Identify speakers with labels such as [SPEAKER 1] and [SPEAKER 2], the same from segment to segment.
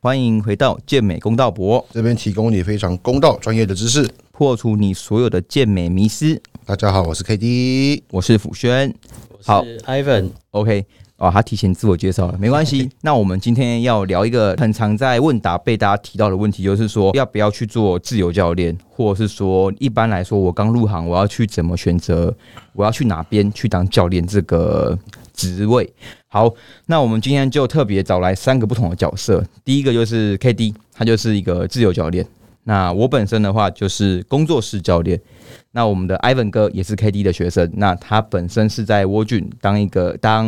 [SPEAKER 1] 欢迎回到健美公道博，
[SPEAKER 2] 这边提供你非常公道专业的知识。
[SPEAKER 1] 破除你所有的健美迷思。
[SPEAKER 2] 大家好，我是 K D。
[SPEAKER 1] 我是辅轩好
[SPEAKER 3] 我是 Ivan，
[SPEAKER 1] ，OK。哦，他提前自我介绍了，没关 系。那我们今天要聊一个很常在问答被大家提到的问题，就是说要不要去做自由教练，或者是说一般来说我刚入行，我要去怎么选择，我要去哪边去当教练这个职位。好，那我们今天就特别找来三个不同的角色，第一个就是 K D，他就是一个自由教练。那我本身的话就是工作室教练，那我们的 Ivan 哥也是 KD 的学生，那他本身是在沃郡当一个当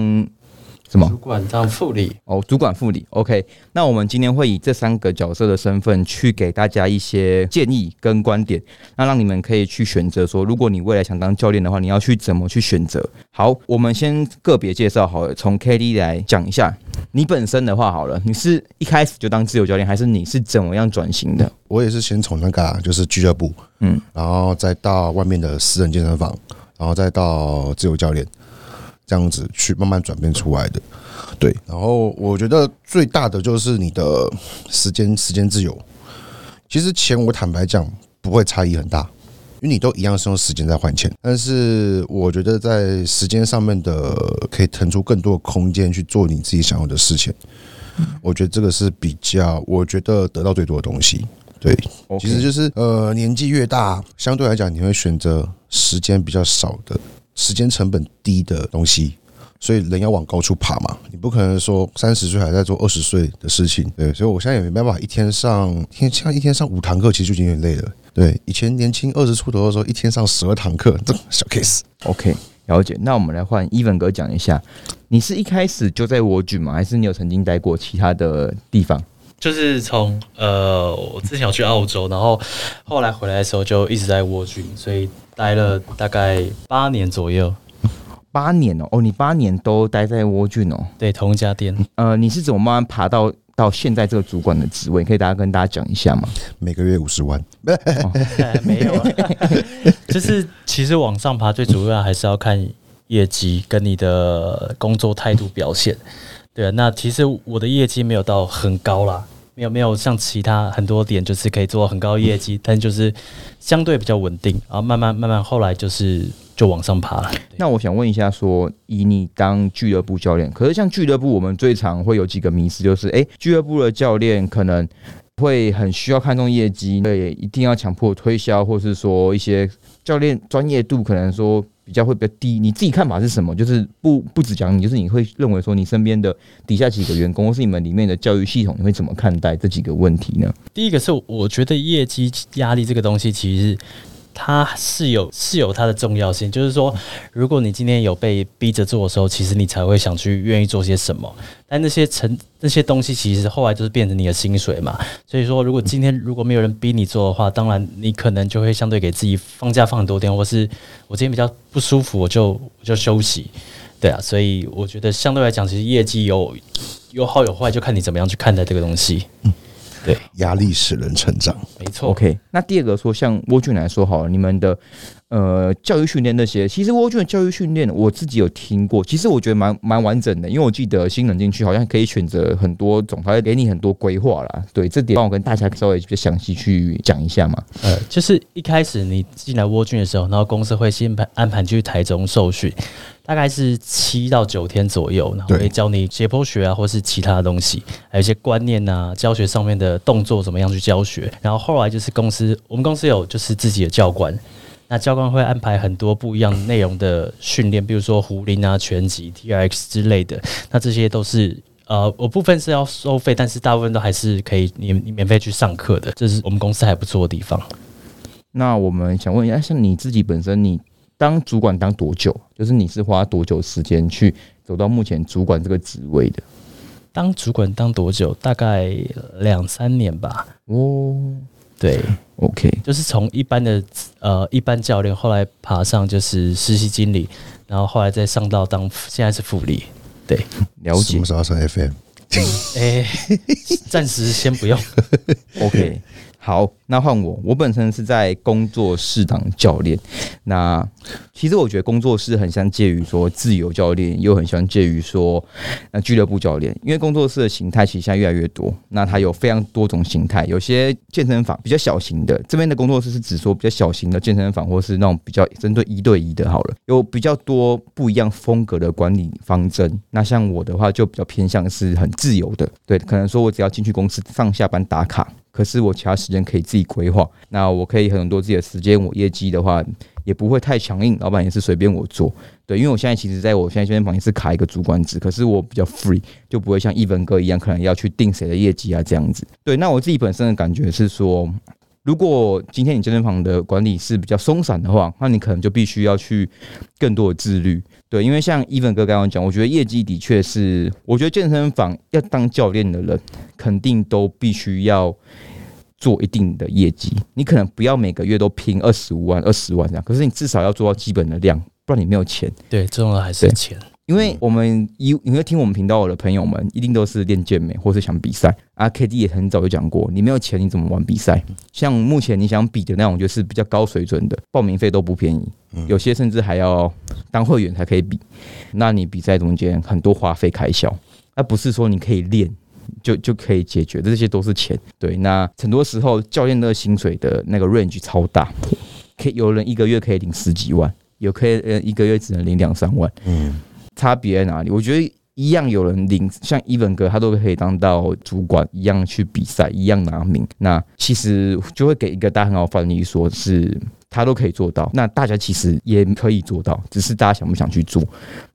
[SPEAKER 1] 什么
[SPEAKER 3] 主管当副理，
[SPEAKER 1] 哦，主管副理。OK，那我们今天会以这三个角色的身份去给大家一些建议跟观点，那让你们可以去选择说，如果你未来想当教练的话，你要去怎么去选择。好，我们先个别介绍好了，从 KD 来讲一下，你本身的话好了，你是一开始就当自由教练，还是你是怎么样转型的？
[SPEAKER 2] 我也是先从那个啊就是俱乐部，
[SPEAKER 1] 嗯，
[SPEAKER 2] 然后再到外面的私人健身房，然后再到自由教练，这样子去慢慢转变出来的。对，然后我觉得最大的就是你的时间时间自由。其实钱我坦白讲不会差异很大，因为你都一样是用时间在换钱，但是我觉得在时间上面的可以腾出更多的空间去做你自己想要的事情。我觉得这个是比较，我觉得得到最多的东西。对，
[SPEAKER 1] o
[SPEAKER 2] 其实就是呃，年纪越大，相对来讲你会选择时间比较少的、时间成本低的东西，所以人要往高处爬嘛。你不可能说三十岁还在做二十岁的事情，对，所以我现在也没办法一天上天像一天上五堂课，其实就已经有点累了。对，以前年轻二十出头的时候，一天上十二堂课，这小 case。
[SPEAKER 1] OK，了解。那我们来换伊文哥讲一下，你是一开始就在我举吗？还是你有曾经待过其他的地方？
[SPEAKER 3] 就是从呃，我之前有去澳洲，然后后来回来的时候就一直在蜗居，所以待了大概八年左右。
[SPEAKER 1] 八年哦、哦，你八年都待在沃郡哦。
[SPEAKER 3] 对，同一家店，
[SPEAKER 1] 呃，你是怎么慢慢爬到到现在这个主管的职位？可以大家跟大家讲一下吗？
[SPEAKER 2] 每个月五十万，
[SPEAKER 3] 哎 没有啊， 就是其实往上爬最主要还是要看业绩跟你的工作态度表现。对啊，那其实我的业绩没有到很高啦，没有没有像其他很多点就是可以做到很高的业绩，但就是相对比较稳定，然后慢慢慢慢后来就是就往上爬了。
[SPEAKER 1] 那我想问一下说以你当俱乐部教练，可是像俱乐部，我们最常会有几个迷思，就是诶，俱乐部的教练可能会很需要看重业绩，对，一定要强迫推销，或是说一些教练专业度可能说比较会比较低。你自己看法是什么？就是不不只讲你，就是你会认为说你身边的底下几个员工，或是你们里面的教育系统，你会怎么看待这几个问题呢？
[SPEAKER 3] 第一个是我觉得业绩压力这个东西，其实它是有是有它的重要性。就是说，如果你今天有被逼着做的时候，其实你才会想去愿意做些什么。但那些成那些东西，其实后来就是变成你的薪水嘛。所以说，如果今天如果没有人逼你做的话，当然你可能就会相对给自己放假放很多天，或是我今天比较不舒服，我就我就休息。对啊，所以我觉得相对来讲，其实业绩有有好有坏，就看你怎么样去看待这个东西。
[SPEAKER 2] 压力使人成长。
[SPEAKER 3] 没错。
[SPEAKER 1] OK，那第二个说，像蜗郡来说好了，你们的呃教育训练那些，其实蜗郡的教育训练我自己有听过，其实我觉得蛮蛮完整的，因为我记得新人进去好像可以选择很多种，他会给你很多规划啦。对，这点帮我跟大家稍微比较详细去讲一下嘛。
[SPEAKER 3] 呃，就是一开始你进来蜗郡的时候，然后公司会先排安排你去台中受训，大概是七到九天左右，然后
[SPEAKER 2] 对
[SPEAKER 3] 会教你解剖学啊，或是其他的东西，还有一些观念啊，教学上面的动作怎么样去教学。然后后来就是公司，我们公司有就是自己的教官，那教官会安排很多不一样内容的训练，比如说胡林啊、拳击、TRX 之类的，那这些都是。呃，我部分是要收费，但是大部分都还是可以你你免费去上课的，这是我们公司还不错的地方。
[SPEAKER 1] 那我们想问一下，像你自己本身，你当主管当多久？就是你是花多久时间去走到目前主管这个职位的？
[SPEAKER 3] 当主管当多久？大概两三年吧。
[SPEAKER 1] 哦
[SPEAKER 3] 对，
[SPEAKER 1] ，OK，
[SPEAKER 3] 就是从一般的呃一般教练，后来爬上就是实习经理，然后后来再上到当现在是副理。对，
[SPEAKER 1] 了
[SPEAKER 2] 什
[SPEAKER 1] 解
[SPEAKER 2] 么。 时候要上 FM？
[SPEAKER 3] 哎、暂时先不用。
[SPEAKER 1] OK，好，那换我，我本身是在工作室当教练。那其实我觉得工作室很像介于说自由教练，又很像介于说那俱乐部教练，因为工作室的形态其实现在越来越多，那它有非常多种形态，有些健身房比较小型的，这边的工作室是指说比较小型的健身房，或是那种比较针对一对一的好了，有比较多不一样风格的管理方针。那像我的话就比较偏向是很自由的，对，可能说我只要进去公司上下班打卡。可是我其他时间可以自己规划，那我可以很多自己的时间，我业绩的话也不会太强硬，老板也是随便我做。对，因为我现在其实在我现在这边房也是卡一个主管职，可是我比较 free，就不会像一文哥一样，可能要去定谁的业绩啊这样子。对，那我自己本身的感觉是说，如果今天你健身房的管理是比较松散的话，那你可能就必须要去更多的自律。对，因为像一文哥刚刚讲，我觉得业绩的确是，我觉得健身房要当教练的人，肯定都必须要做一定的业绩。你可能不要每个月都拼二十五万、二十万这样，可是你至少要做到基本的量，不然你没有钱。
[SPEAKER 3] 对，最重要的还是
[SPEAKER 1] 对
[SPEAKER 3] 钱。
[SPEAKER 1] 因为我们一你会听我们频道的朋友们，一定都是练健美或是想比赛。啊，K D 也很早就讲过，你没有钱你怎么玩比赛？像目前你想比的那种，就是比较高水准的，报名费都不便宜，有些甚至还要当会员才可以比。那你比赛中间很多花费开销，那不是说你可以练。就就可以解决，这些都是钱。对，那很多时候教练的薪水的那个 range 超大，可以有人一个月可以领十几万，有可以呃一个月只能领两三万。
[SPEAKER 2] 嗯，
[SPEAKER 1] 差别在哪里？我觉得一样有人领，像伊文哥他都可以当到主管，一样去比赛，一样拿名。那其实就会给一个大家很好的范例，说是他都可以做到，那大家其实也可以做到，只是大家想不想去做。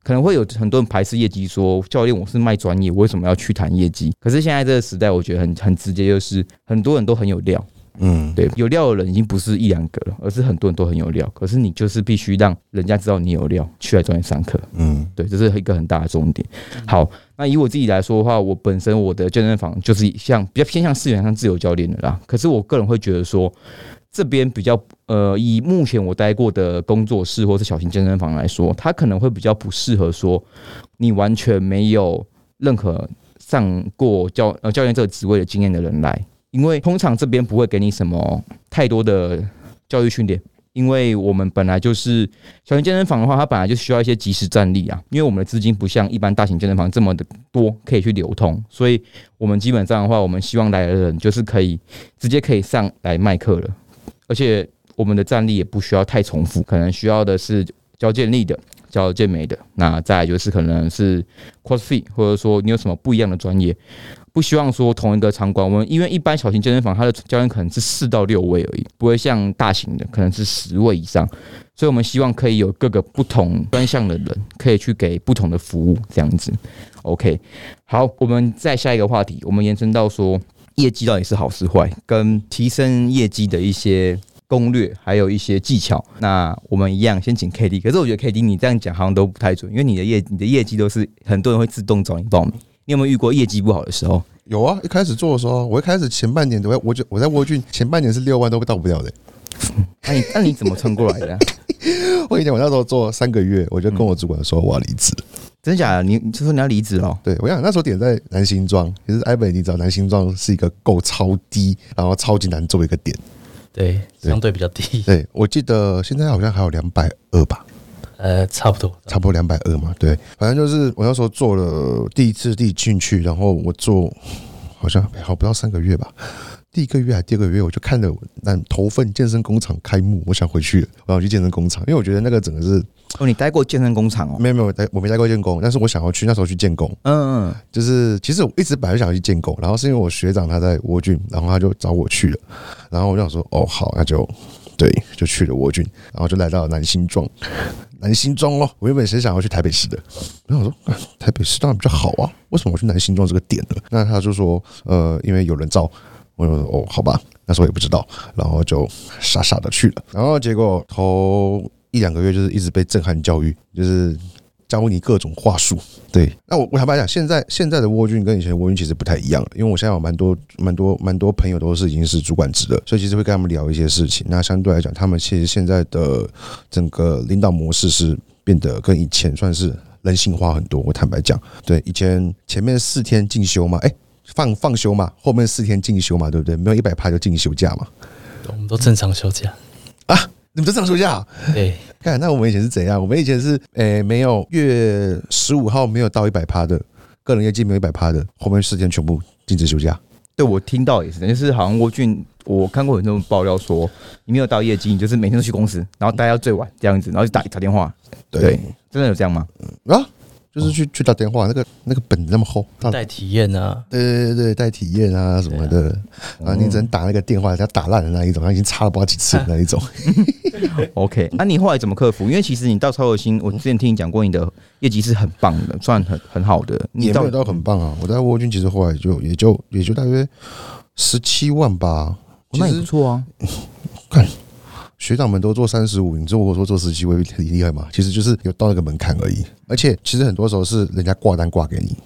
[SPEAKER 1] 可能会有很多人排斥业绩，说教练我是卖专业，我为什么要去谈业绩？可是现在这个时代，我觉得很很直接，就是很多人都很有料。
[SPEAKER 2] 嗯，
[SPEAKER 1] 对，有料的人已经不是一两个了，而是很多人都很有料。可是你就是必须让人家知道你有料，去来专业上课。
[SPEAKER 2] 嗯，
[SPEAKER 1] 对，这是一个很大的重点。好，那以我自己来说的话，我本身我的健身房就是像比较偏向四元像自由教练的啦。可是我个人会觉得说，这边比较呃，以目前我待过的工作室或是小型健身房来说，它可能会比较不适合说你完全没有任何上过教呃教练这个职位的经验的人来，因为通常这边不会给你什么太多的教育训练。因为我们本来就是小型健身房的话，它本来就需要一些即时战力啊，因为我们的资金不像一般大型健身房这么的多，可以去流通，所以我们基本上的话，我们希望来的人就是可以直接可以上来卖课了，而且我们的战力也不需要太重复，可能需要的是教健力的、教健美的，那再来就是可能是 CrossFit，或者说你有什么不一样的专业。不希望说同一个场馆，我们因为一般小型健身房，它的教练可能是四到六位而已，不会像大型的可能是十位以上，所以我们希望可以有各个不同专项的人，可以去给不同的服务，这样子。OK，好，我们再下一个话题，我们延伸到说业绩到底是好是坏，跟提升业绩的一些攻略，还有一些技巧。那我们一样先请 K D，可是我觉得 K D 你这样讲好像都不太准，因为你的业你的业绩都是很多人会自动找你报名。你有没有遇过业绩不好的时候？
[SPEAKER 2] 有啊，一开始做的时候，我一开始前半年，我在我就我在沃郡前半年是六万都到不了的。
[SPEAKER 1] 那 你那你怎么撑过来的啊、
[SPEAKER 2] 我跟你讲，我那时候做三个月，我就跟我主管说我要离职。
[SPEAKER 1] 真假的？你你就说你要离职了？
[SPEAKER 2] 对我想那时候点在南新庄，其实艾本你知道南新庄是一个够超低，然后超级难做一个点。
[SPEAKER 3] 对，
[SPEAKER 2] 对
[SPEAKER 3] 相对比较低，
[SPEAKER 2] 对我记得现在好像还有两百二吧，
[SPEAKER 3] 呃，差不多。
[SPEAKER 2] 差不多两百二嘛。对，反正就是我那时候做了第一次递进去，然后我做好像好不到三个月吧。第一个月还第二个月，我就看着南头份健身工厂开幕，我想回去了，我想去健身工厂，因为我觉得那个整个是
[SPEAKER 1] 哦，你待过健身工厂哦？
[SPEAKER 2] 没有没有，我待我没待过建工，但是我想要去，那时候去建工，
[SPEAKER 1] 嗯
[SPEAKER 2] 啊
[SPEAKER 1] 嗯，
[SPEAKER 2] 就是哦其实我一直本来就想去建工，然后是因为我学长他在沃郡，然后他就找我去了，然后我就想说哦好，那就对，就去了沃郡，然啊后就哦来到南新庄，南新庄哦，我原本是想要去台北市的，然后我说、啊台北市当然比较好啊，为什么我去南新庄这个点呢？那他就说呃，因为有人照。我就说哦，好吧，那时候也不知道，然后就傻傻的去了，然后结果头一两个月就是一直被震撼教育，就是教你各种话术。对，那我我坦白讲，现在现在的沃郡跟以前的沃郡其实不太一样了，因为我现在有蛮多蛮多蛮多朋友都是已经是主管职的，所以其实会跟他们聊一些事情。那相对来讲，他们其实现在的整个领导模式是变得跟以前算是人性化很多。我坦白讲，对以前前面四天进修嘛，哎、放放休嘛，后面四天进修嘛，对不对？没有一百趴就进休假嘛。
[SPEAKER 3] 我们都正常休假。
[SPEAKER 2] 你们都这样休假、啊？
[SPEAKER 3] 对，
[SPEAKER 2] 看，那我们以前是怎样？我们以前是，诶、没有月十五号没有到一百趴的，个人业绩没有一百趴的，后面四天全部禁止休假。
[SPEAKER 1] 对我听到也是，就是好像沃俊，我看过很多人爆料说，你没有到业绩，你就是每天都去公司，然后待到最晚这样子，然后就打打电话。对，真的有这样吗？
[SPEAKER 2] 啊，就是去去打电话，那个那个本子那么厚，到
[SPEAKER 3] 带体验啊，
[SPEAKER 2] 对对对，带体验啊什么的，啊，你只能打那个电话，人家打烂的那一种，他已经插了不知道几次的那 一种。
[SPEAKER 1] OK，那、你后来怎么克服？因为其实你到超有心，我之前听你讲过，你的业绩是很棒的，算很很好的。你
[SPEAKER 2] 也没
[SPEAKER 1] 到哦
[SPEAKER 2] 有到很棒啊。我在沃军其实后来就也就也就大约十七万吧。其
[SPEAKER 1] 那也不
[SPEAKER 2] 实
[SPEAKER 1] 错啊。
[SPEAKER 2] 学长们都做三十五，你如果说做十七，会很厉害嘛？其实就是有到那个门槛而已。而且其实很多时候是人家挂单挂给你，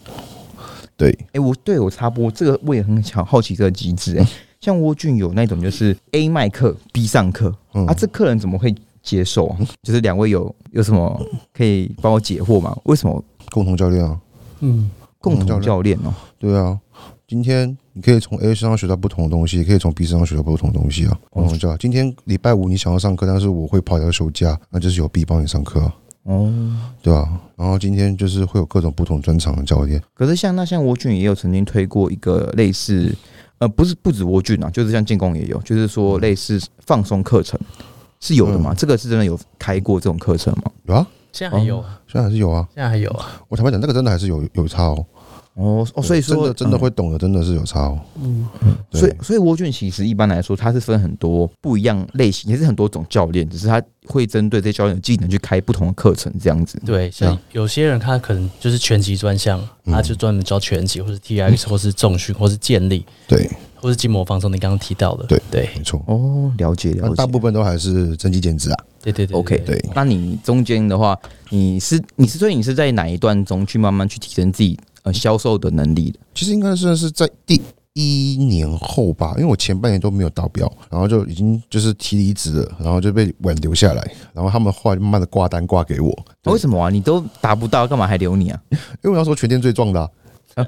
[SPEAKER 2] 对，
[SPEAKER 1] 哎、我对我插播这个，我也很想好奇这个机制、哎，像沃俊有那种就是 A 卖课，B 上课，
[SPEAKER 2] 嗯
[SPEAKER 1] 啊，这客人怎么会接受啊？就是两位有有什么可以帮我解惑吗？为什么
[SPEAKER 2] 共同教练啊，
[SPEAKER 3] 嗯，
[SPEAKER 1] 共同教练哦、
[SPEAKER 2] 对啊。今天你可以从 A 身上学到不同的东西，也可以从 B 身上学到不同的东西啊。共同教练，今天礼拜五你想要上课，但是我会跑掉休假，那就是有 B 帮你上课、啊，
[SPEAKER 1] 哦，
[SPEAKER 2] 对啊。然后今天就是会有各种不同专长的教练，
[SPEAKER 1] 可是像那像沃俊也有曾经推过一个类似，呃，不是不止沃俊啊，就是像建工也有，就是说类似放松课程是有的嘛？这个是真的有开过这种课程吗？
[SPEAKER 2] 有啊，
[SPEAKER 3] 现在还有，啊，
[SPEAKER 2] 现在还是有啊。
[SPEAKER 3] 现在还有啊，
[SPEAKER 2] 我坦白讲，那个真的还是有有差哦。
[SPEAKER 1] 哦哦，所以
[SPEAKER 2] 真
[SPEAKER 1] 说
[SPEAKER 2] 的真的会懂的，真的是有差哦。
[SPEAKER 3] 嗯，
[SPEAKER 2] 对
[SPEAKER 1] 所以，所以蜗菌其实一般来说，它是分很多不一样类型，也是很多种教练，只是它会针对这些教练的技能去开不同的课程，这样子。
[SPEAKER 3] 对，像有些人他可能就是拳击专项，他就专门教拳击，或是 TX，或是重训，或是健力，
[SPEAKER 2] 对，
[SPEAKER 3] 或是筋膜放松。你刚刚提到的，
[SPEAKER 2] 对
[SPEAKER 3] 对
[SPEAKER 2] 没错。
[SPEAKER 1] 哦，了解了
[SPEAKER 2] 那
[SPEAKER 1] 解。
[SPEAKER 2] 大部分都还是增肌减脂啊。
[SPEAKER 3] 对对对
[SPEAKER 1] OK，
[SPEAKER 2] 对
[SPEAKER 1] 那你中间的话，你是你是所以你是在哪一段中去慢慢去提升自己呃销售的能力的？
[SPEAKER 2] 其实应该算是在第一年后吧，因为我前半年都没有达标，然后就已经就是提离职了，然后就被挽留下来，然后他们后来就慢慢的挂单挂给我，对
[SPEAKER 1] 为什么啊？你都达不到，干嘛还留你 啊？
[SPEAKER 2] 因为我要说全店最 壮的啊、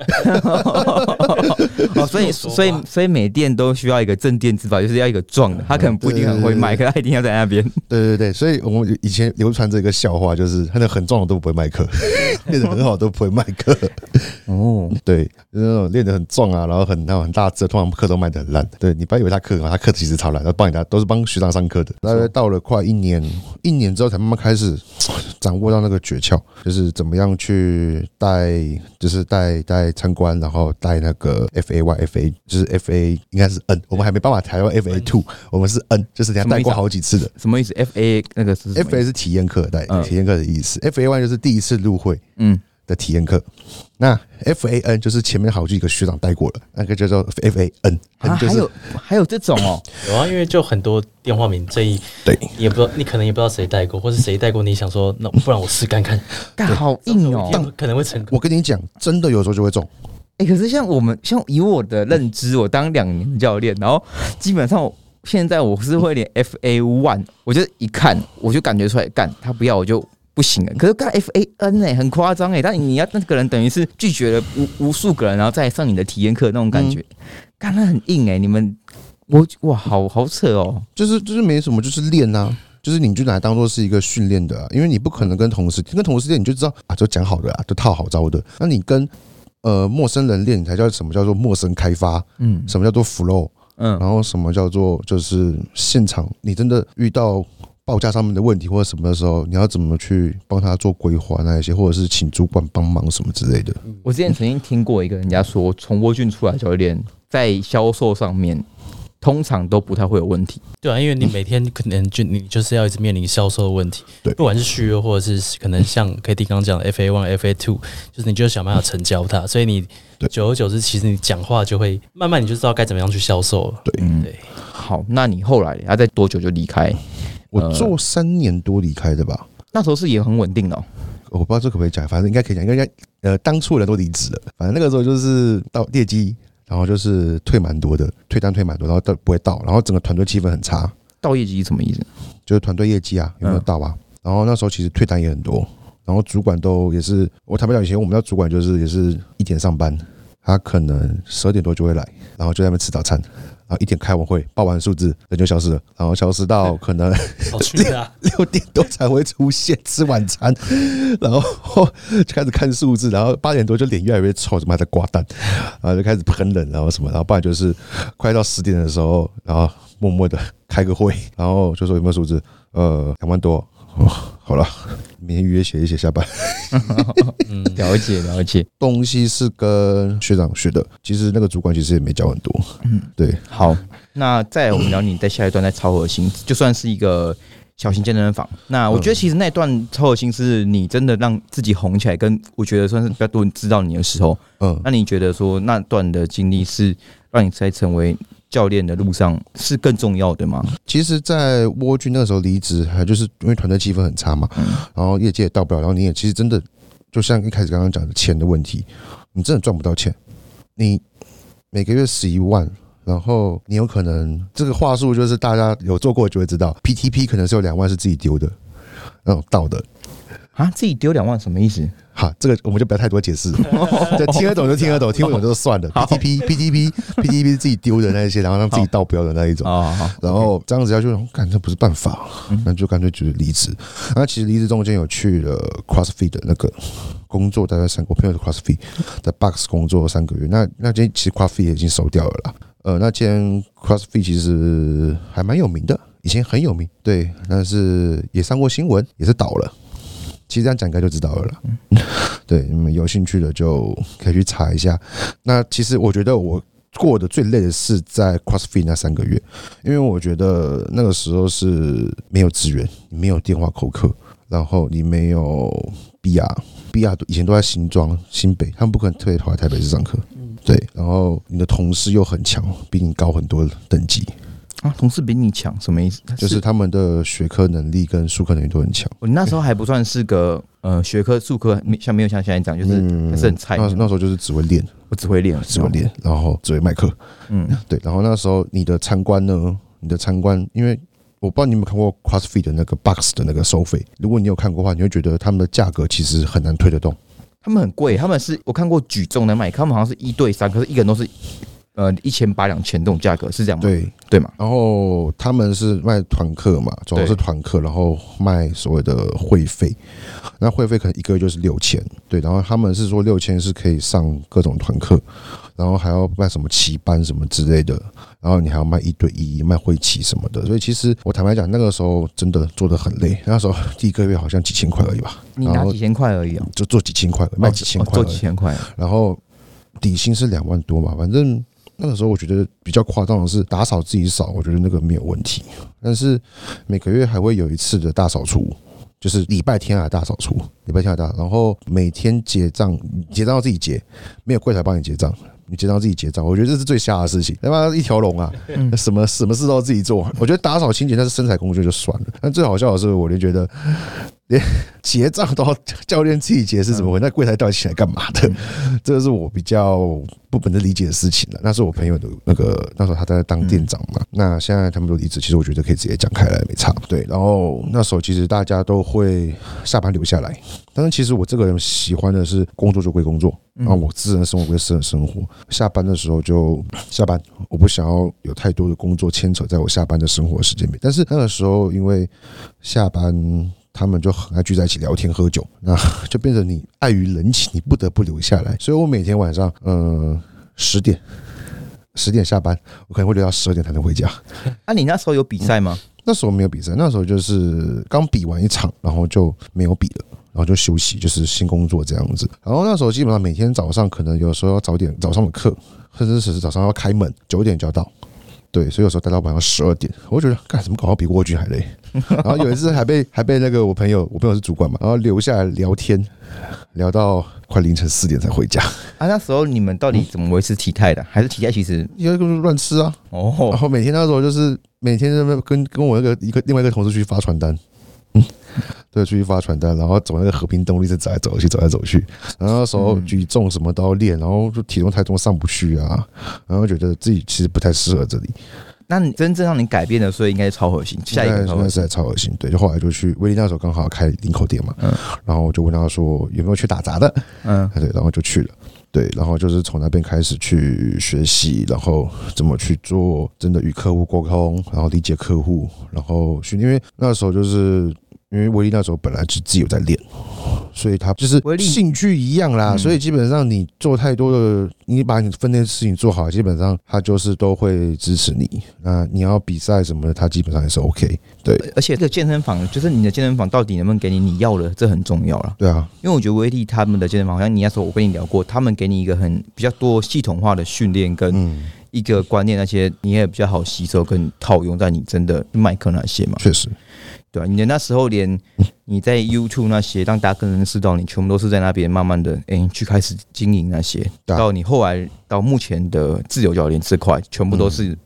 [SPEAKER 1] 哦，所以所以所以每店都需要一个镇店之宝，就是要一个壮
[SPEAKER 2] 嗯
[SPEAKER 1] 的，他可能不一定很会卖，可是他一定要在那边。
[SPEAKER 2] 对对对，所以我们以前流传着一个笑话，就是他那很壮的都不会卖课， 练得很好都不会卖课。
[SPEAKER 1] 哦，
[SPEAKER 2] 对，就是那种练得很壮啊，然后很那种很大只的，通常课都卖得很烂。对你不要以为他课很好，他课其实超烂，他帮人家都是帮学长上课的。大约到了快一年，一年之后才慢慢开始掌握到那个诀窍，就是怎么样去带，就是带带参观，然后带那个 FAY FA，就是 FA 应该是 N，我们还没办法台湾 FA two，我们是 N，就是人家带过好几次的。
[SPEAKER 1] 什么意思？F A 那个是什么
[SPEAKER 2] F
[SPEAKER 1] 意
[SPEAKER 2] A
[SPEAKER 1] 思
[SPEAKER 2] 是体验课，带
[SPEAKER 1] 嗯
[SPEAKER 2] 体验课的意思。F A one 就是第一次入会，
[SPEAKER 1] 嗯，
[SPEAKER 2] 的体验课。那 F A N 就是前面好几个学长带过了，那个叫做 F A N，
[SPEAKER 1] 啊，
[SPEAKER 2] 就
[SPEAKER 1] 还
[SPEAKER 2] 是
[SPEAKER 1] 有还有这种哦。
[SPEAKER 3] 有啊，因为就很多电话名，这一
[SPEAKER 2] 对
[SPEAKER 3] 你也不知道，你可能也不知道谁带过，或是谁带过，你想说，那不然我试 看看，
[SPEAKER 1] 干好硬哦、
[SPEAKER 3] 但可能会成功。
[SPEAKER 2] 我跟你讲，真的有时候就会中。
[SPEAKER 1] 哎、可是像我们，像以我的认知，我当两年教练，然后基本上我现在我是会连 FA one，我就一看我就感觉出来，干他不要我就不行了。可是干 FAN 哎、很夸张哎，但你要那个人等于是拒绝了无无数个人，然后再上你的体验课那种感觉，干、那很硬哎、你们我哇，好好扯哦、
[SPEAKER 2] 就是就是没什么，就是练啊，就是你就拿来当做是一个训练的、啊，因为你不可能跟同事跟同事练，你就知道啊，就讲好的啊，就套好招的。那你跟呃陌生人练，你才叫什么叫做陌生开发，
[SPEAKER 1] 嗯
[SPEAKER 2] 什么叫做 flow，
[SPEAKER 1] 嗯，
[SPEAKER 2] 然后什么叫做就是现场你真的遇到报价上面的问题或者什么的时候，你要怎么去帮他做规划那一些，或者是请主管帮忙什么之类的。
[SPEAKER 1] 我之前曾经听过一个人家说，从沃俊出来教练在销售上面通常都不太会有问题。
[SPEAKER 3] 对啊，因为你每天可能就你就是要一直面临销售的问题，
[SPEAKER 2] 对
[SPEAKER 3] 不管是续约或者是可能像 K D 刚刚讲的 F A one、F A two，就是你就想办法成交它，所以你
[SPEAKER 2] 对
[SPEAKER 3] 久而久之，其实你讲话就会慢慢你就知道该怎么样去销售了。
[SPEAKER 2] 对
[SPEAKER 1] 嗯
[SPEAKER 3] 对，
[SPEAKER 1] 好，那你后来啊他在多久就离开？
[SPEAKER 2] 我做三年多离开的吧，
[SPEAKER 1] 那时候是也很稳定的哦、
[SPEAKER 2] 我不知道这可不可以讲，反正应该可以讲，应该应该呃，当初人都离职了，反正那个时候就是到业绩，然后就是退蛮多的，退单退蛮多，然后都不会到，然后整个团队气氛很差，
[SPEAKER 1] 到业绩什么意思？
[SPEAKER 2] 就是团队业绩啊有没有到啊？然后那时候其实退单也很多，然后主管都也是，我坦白讲，以前我们那主管就是也是一点上班，他他可能十二点多就会来，然后就在那边吃早餐，然后一点开完会报完数字人就消失了，然后消失到可能
[SPEAKER 3] 好去 的、啊，
[SPEAKER 2] 六点多才会出现吃晚餐，然后就开始看数字，然后八点多就脸越来越臭，怎么还在刮蛋，然后就开始喷人，然后什么，然后不然就是快到十点的时候，然后默默的开个会，然后就说有没有数字，呃，两万多，哦，好了，明天预约写一写下班。
[SPEAKER 1] 了解了解。
[SPEAKER 2] 东西是跟学长学的，其实那个主管其实也没教很多，嗯，对，
[SPEAKER 1] 好，那再来我们聊你在下一段在超核心，就算是一个小型健身房。那我觉得其实那段超核心是你真的让自己红起来，跟我觉得算是比较多人知道你的时候。
[SPEAKER 2] 嗯，
[SPEAKER 1] 那你觉得说那段的经历是让你在成为教练的路上是更重要的吗？
[SPEAKER 2] 其实，在蜗居那个时候离职，还就是因为团队气氛很差嘛，然后业界也到不了，然后你也其实真的就像一开始刚刚讲的钱的问题，你真的赚不到钱，你每个月十一万。然后你有可能这个话术就是大家有做过就会知道，PTP 可能是有两万是自己丢的，那种盗的。
[SPEAKER 1] 啊，自己丢两万什么意 思？
[SPEAKER 2] 好，这个我们就不要太多解释，
[SPEAKER 1] 哦
[SPEAKER 2] 对，听得懂就听得懂，听不懂就算了。PTP、PTP、PTP 是自己丢的那一些，然后让自己倒标的那一种。
[SPEAKER 1] 哦，好，
[SPEAKER 2] 然后这样子下去，我感这不是办法，那就干脆就是离职。那其实离职中间有去了 CrossFit 的那个工作，大概三个，我朋友的 CrossFit 在 Box 工作三个月。那那间其实 CrossFit 也已经收掉了啦。呃，那间 CrossFit 其实还蛮有名的，以前很有名，对，但是也上过新闻，也是倒了。其实这样讲应该就知道了啦。对，你们有兴趣的就可以去查一下。那其实我觉得我过得最累的是在 CrossFit 那三个月，因为我觉得那个时候是没有资源，你没有电话口客，然后你没有 BR，BR 以前都在新庄、新北，他们不可能特别跑来台北市上课。
[SPEAKER 1] 嗯
[SPEAKER 2] 对，然后你的同事又很强，比你高很多等级，
[SPEAKER 1] 啊，同事比你强什么意思？
[SPEAKER 2] 就是他们的学科能力跟术科能力都很强。
[SPEAKER 1] 我那时候还不算是个呃学科术科没像没有像现在这样，就是还是很菜
[SPEAKER 2] 嗯那
[SPEAKER 1] 的，
[SPEAKER 2] 那时候就是只会练，
[SPEAKER 1] 我只会练，
[SPEAKER 2] 只会练，然后只会卖课。
[SPEAKER 1] 嗯，
[SPEAKER 2] 对，然后那时候你的参观呢，你的参观，因为我不知道你有没有看过 CrossFit 的那个 Box 的那个收费，如果你有看过的话，你会觉得他们的价格其实很难推得动。
[SPEAKER 1] 他们很贵，他们是我看过举重的卖，他们好像是一对三，可是一个人都是呃一千八两千这种价格，是这样吗？
[SPEAKER 2] 对，
[SPEAKER 1] 对嘛？
[SPEAKER 2] 然后他们是卖团课嘛，主要是团课，然后卖所谓的会费，那会费可能一个月就是六千，对，然后他们是说六千是可以上各种团课，然后还要卖什么棋班什么之类的，然后你还要卖一对一、卖会旗什么的，所以其实我坦白讲，那个时候真的做的很累，那时候第一个月好像几千块而已吧，
[SPEAKER 1] 你拿几千块而已啊，
[SPEAKER 2] 就做几千块，卖几千
[SPEAKER 1] 哦
[SPEAKER 2] 块
[SPEAKER 1] 做
[SPEAKER 2] 而
[SPEAKER 1] 几
[SPEAKER 2] 已，
[SPEAKER 1] 千块，
[SPEAKER 2] 然后底薪是两万多嘛，反正那个时候我觉得比较夸张的是打扫自己扫，我觉得那个没有问题，但是每个月还会有一次的大扫除。就是礼拜天啊，大扫除，礼拜天啊大，然后每天结账，你结账要自己结，没有柜台帮你结账，你结账要自己结账，我觉得这是最瞎的事情，他妈一条龙啊，什么什么事都要自己做。我觉得打扫清洁那是生产工具就算了，但最好笑的是，我连觉得连结账都要教练自己结是怎么回事？那柜台到底起来干嘛的？这个是我比较不能理解的事情了。那是我朋友的那个，那时候他在当店长嘛。那现在他们都离职，其实我觉得可以直接讲开来，没差。对，然后那时候其实大家都会下班留下来，但是其实我这个人喜欢的是工作就归工作，然后我私人生活归私人生活。下班的时候就下班，我不想要有太多的工作牵扯在我下班的生活时间里。但是那个时候因为下班。他们就很爱聚在一起聊天喝酒，那就变成你碍于人情，你不得不留下来。所以我每天晚上，呃，十点，十点下班，我可能会留到十二点才能回家。
[SPEAKER 1] 啊，你那时候有比赛 吗？
[SPEAKER 2] 那时候没有比赛，那时候就是刚比完一场，然后就没有比了。然后就休息，就是新工作这样子。然后那时候基本上每天早上可能有时候要早点早上的课，甚至是早上要开门，九点就要到。对，所以有时候待到晚上十二点，我就觉得干什么搞到比蜗居还累。然后有一次还被还被那个我朋友，我朋友是主管嘛，然后留下来聊天，聊到快凌晨四点才回家，
[SPEAKER 1] 啊，那时候你们到底怎么维持体态的？还是体态其实
[SPEAKER 2] 因为就是乱吃啊。然
[SPEAKER 1] 哦，
[SPEAKER 2] 后每天那时候就是每天在那边跟跟我那个一个另外一个同事去发传单，嗯对，出去发传单，然后走那个和平东路一直走来走去，走来走去，然后那时候举重什么都要练，然后就体重太重上不去啊，然后觉得自己其实不太适合这里，
[SPEAKER 1] 那你真正让你改变的，所以应该是超核心，下一个超核
[SPEAKER 2] 应该是
[SPEAKER 1] 心
[SPEAKER 2] 在超恶心，对，就后来就去威利那时候刚好开领口店嘛，然后我就问他说有没有去打杂的，
[SPEAKER 1] 嗯，
[SPEAKER 2] 哎对，然后就去了。对，然后就是从那边开始去学习，然后怎么去做，真的与客户沟通，然后理解客户，然后去，因为那时候就是因为威力那时候本来就自己有在练，所以他就是
[SPEAKER 1] 威力
[SPEAKER 2] 兴趣一样啦，
[SPEAKER 1] 嗯
[SPEAKER 2] 所以基本上你做太多的，你把你分内的事情做好，基本上他就是都会支持你。那你要比赛什么的，他基本上也是 OK。
[SPEAKER 1] 而且这个健身房，就是你的健身房到底能不能给你你要的，这很重要了。
[SPEAKER 2] 对啊，
[SPEAKER 1] 因为我觉得威力他们的健身房，好像你那时候我跟你聊过，他们给你一个很比较多系统化的训练跟
[SPEAKER 2] 嗯，
[SPEAKER 1] 一个观念，那些你也比较好吸收跟套用在你真的麦克那些嘛。
[SPEAKER 2] 确实，
[SPEAKER 1] 对啊，你的那时候连你在 YouTube 那些让大家更认识到你，全部都是在那边慢慢的哎、去开始经营那些，
[SPEAKER 2] 对啊
[SPEAKER 1] 到你后来到目前的自由教练这块，全部都是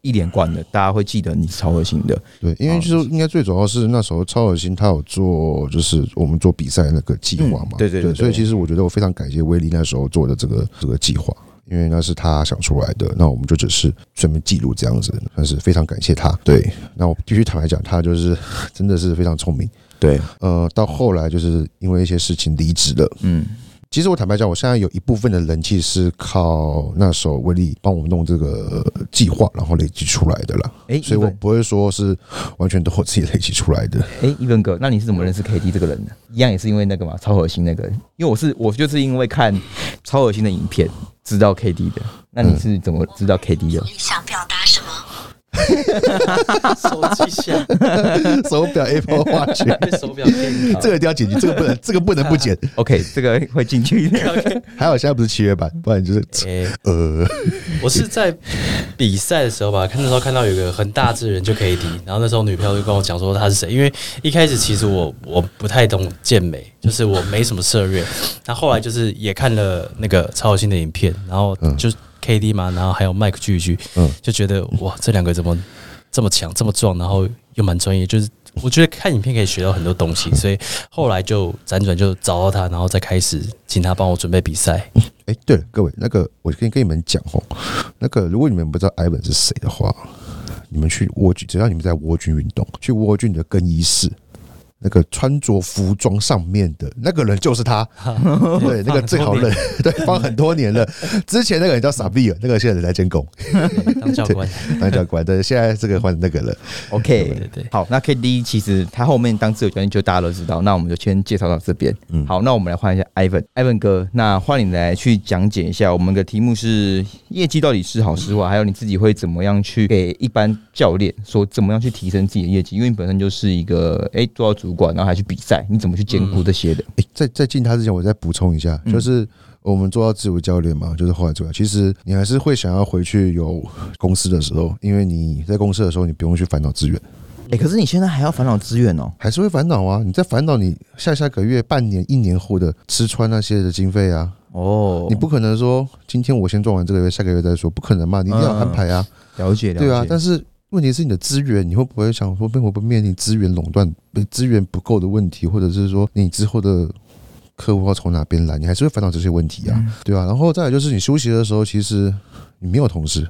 [SPEAKER 1] 一连贯的，大家会记得你是超核心的。
[SPEAKER 2] 对，因为就是应该最主要是那时候超恶心，他有做就是我们做比赛那个计划嘛
[SPEAKER 1] 嗯，对对对对
[SPEAKER 2] 所以其实我觉得我非常感谢威力那时候做的这个这个计划，因为那是他想出来的，那我们就只是顺便记录这样子，但是非常感谢他。对，那我必须坦白讲，他就是 真的是非常聪明。
[SPEAKER 1] 对，
[SPEAKER 2] 呃，到后来就是因为一些事情离职了。
[SPEAKER 1] 嗯，
[SPEAKER 2] 其实我坦白讲，我现在有一部分的人气是靠那时候威力帮我们弄这个呃计划，然后累积出来的啦。
[SPEAKER 1] 哎、
[SPEAKER 2] 所以我不会说是完全都我自己累积出来的。
[SPEAKER 1] 哎，一文哥，那你是怎么认识 KD 这个人的？一样也是因为那个嘛，超恶心那个。因为我是我就是因为看超恶心的影片知道 KD 的。那你是怎么知道 KD 的？
[SPEAKER 4] 你想表达什么？
[SPEAKER 3] 手机响，
[SPEAKER 2] 手表 Apple Watch，
[SPEAKER 3] 手表变
[SPEAKER 2] 这个一定要剪辑，这个不能，这个不能不剪。
[SPEAKER 1] OK，这个会进去。
[SPEAKER 2] 还好现在不是七月版，不然就是
[SPEAKER 3] 哎、
[SPEAKER 2] 呃，
[SPEAKER 3] 我是在比赛的时候吧，看那时候看到有个很大只的人就可以敌，然后那时候女票就跟我讲说他是谁，因为一开始其实我我不太懂健美，就是我没什么涉略，那后来就是也看了那个超好心的影片，然后
[SPEAKER 1] 嗯
[SPEAKER 3] 就 KD 嘛，然后还有 Mike 聚一聚，
[SPEAKER 2] 嗯
[SPEAKER 3] 就觉得哇这两个怎么这么强这么壮，然后又蛮专业，就是。我觉得看影片可以学到很多东西，所以后来就辗转就找到他，然后再开始请他帮我准备比赛。
[SPEAKER 2] 哎，对了，各位，那个我跟跟你们讲哦，那个如果你们不知道艾文是谁的话，你们去蜗居，只要你们在蜗居运动，去蜗居你的更衣室。那个穿着服装上面的那个人就是他，对，那个最好认， 对，放很多年了。之前那个人叫傻逼尔，啊那个现在人在监工
[SPEAKER 3] 当教官，
[SPEAKER 2] 当教官，对，现在这个换那个了。
[SPEAKER 1] OK，
[SPEAKER 3] 对对
[SPEAKER 1] 好，那 KD 其实他后面当自由教练就大家都知道，那我们就先介绍到这边。
[SPEAKER 2] 嗯
[SPEAKER 1] 好，那我们来换一下 Ivan，Ivan 哥，那换你来去讲解一下我们的题目是业绩到底是好是坏，还有你自己会怎么样去给一般教练说怎么样去提升自己的业绩，因为你本身就是一个哎、诶做到主管，然后还去比赛，你怎么去兼顾这些的？
[SPEAKER 2] 诶在在进他之前，我再补充一下，
[SPEAKER 1] 嗯
[SPEAKER 2] 就是我们做到自由教练嘛，就是后来做到，其实你还是会想要回去有公司的时候，因为你在公司的时候，你不用去烦恼资源，
[SPEAKER 1] 哎、可是你现在还要烦恼资源哦。
[SPEAKER 2] 还是会烦恼啊。你在烦恼你下下个月、半年、一年后的吃穿那些的经费啊，
[SPEAKER 1] 哦，
[SPEAKER 2] 你不可能说今天我先赚完这个月，下个月再说，不可能嘛，你一定要安排啊，
[SPEAKER 1] 了嗯解了解，
[SPEAKER 2] 对啊。但是问题是你的资源，你会不会想说，会不会面临资源垄断、资源不够的问题，或者是说你之后的客户要从哪边来，你还是会烦恼这些问题啊。
[SPEAKER 1] 嗯
[SPEAKER 2] 对啊，然后再来就是你休息的时候，其实你没有同事，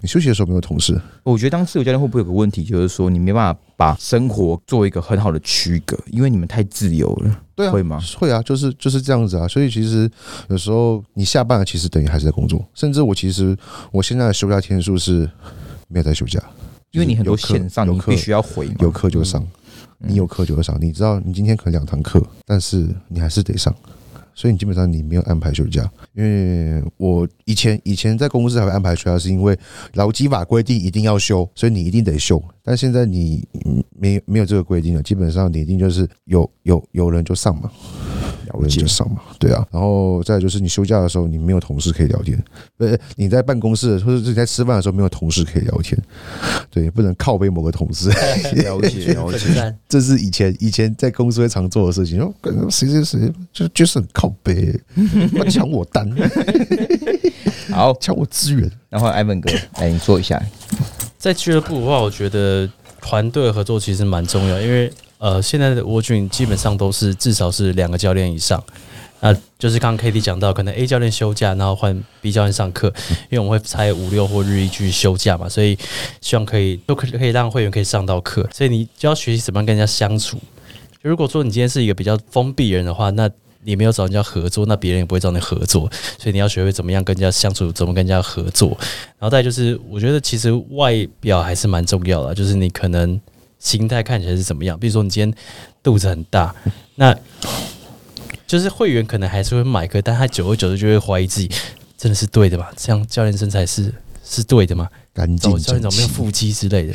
[SPEAKER 2] 你休息的时候没有同事，
[SPEAKER 1] 我觉得当自由教练会不会有个问题，就是说你没办法把生活做一个很好的区隔，因为你们太自由了。
[SPEAKER 2] 对啊，
[SPEAKER 1] 会吗？
[SPEAKER 2] 会啊，就是就是这样子啊。所以其实有时候你下班了，其实等于还是在工作，甚至我其实我现在的休假天数是没有在休假，
[SPEAKER 1] 因为你很多
[SPEAKER 2] 就是有课
[SPEAKER 1] 线上
[SPEAKER 2] 有
[SPEAKER 1] 你
[SPEAKER 2] 课
[SPEAKER 1] 必须要回嘛，
[SPEAKER 2] 有课就上，
[SPEAKER 1] 嗯
[SPEAKER 2] 你有课就上。你知道你今天可能两堂课，但是你还是得上，所以你基本上你没有安排休假。因为我以前以前在公司还会安排休假，是因为劳基法规定一定要休，所以你一定得休。但现在你嗯没没有这个规定了，基本上你一定就是有有有人就上嘛，有人就上嘛，对啊。然后再来就是你休假的时候，你没有同事可以聊天，呃，你在办公室或者是你在吃饭的时候没有同事可以聊天，对，不能靠背某个同事。
[SPEAKER 1] 了解了
[SPEAKER 3] 粉
[SPEAKER 1] 解。
[SPEAKER 3] 钻
[SPEAKER 2] 这是以前以前在公司会常做的事情。哦，跟谁谁谁就就是很靠背，他抢我单，
[SPEAKER 1] 好，
[SPEAKER 2] 抢我资源。
[SPEAKER 1] 然后艾文 哥，哎，你说一下，
[SPEAKER 3] 在俱乐部的话，我觉得团队合作其实蛮重要，因为呃，现在的沃郡基本上都是至少是两个教练以上。那就是刚刚 KD 讲到，可能 A 教练休假，然后换 B 教练上课，因为我们会拆五六或日一去休假嘛，所以希望可以都可以可以让会员可以上到课，所以你就要学习怎么样跟人家相处。就如果说你今天是一个比较封闭的人的话，那你没有找人家合作，那别人也不会找你合作，所以你要学会怎么样跟人家相处，怎么跟人家合作。然后再就是，我觉得其实外表还是蛮重要的，啊就是你可能形态看起来是怎么样，比如说你今天肚子很大，那就是会员可能还是会买，可但他久而久之就会怀疑自己真的是对的吗？这样教练身材是是对的吗？
[SPEAKER 2] 干净
[SPEAKER 3] 教练
[SPEAKER 2] 整
[SPEAKER 3] 怎么没有
[SPEAKER 2] 齐。
[SPEAKER 3] 腹肌之类的？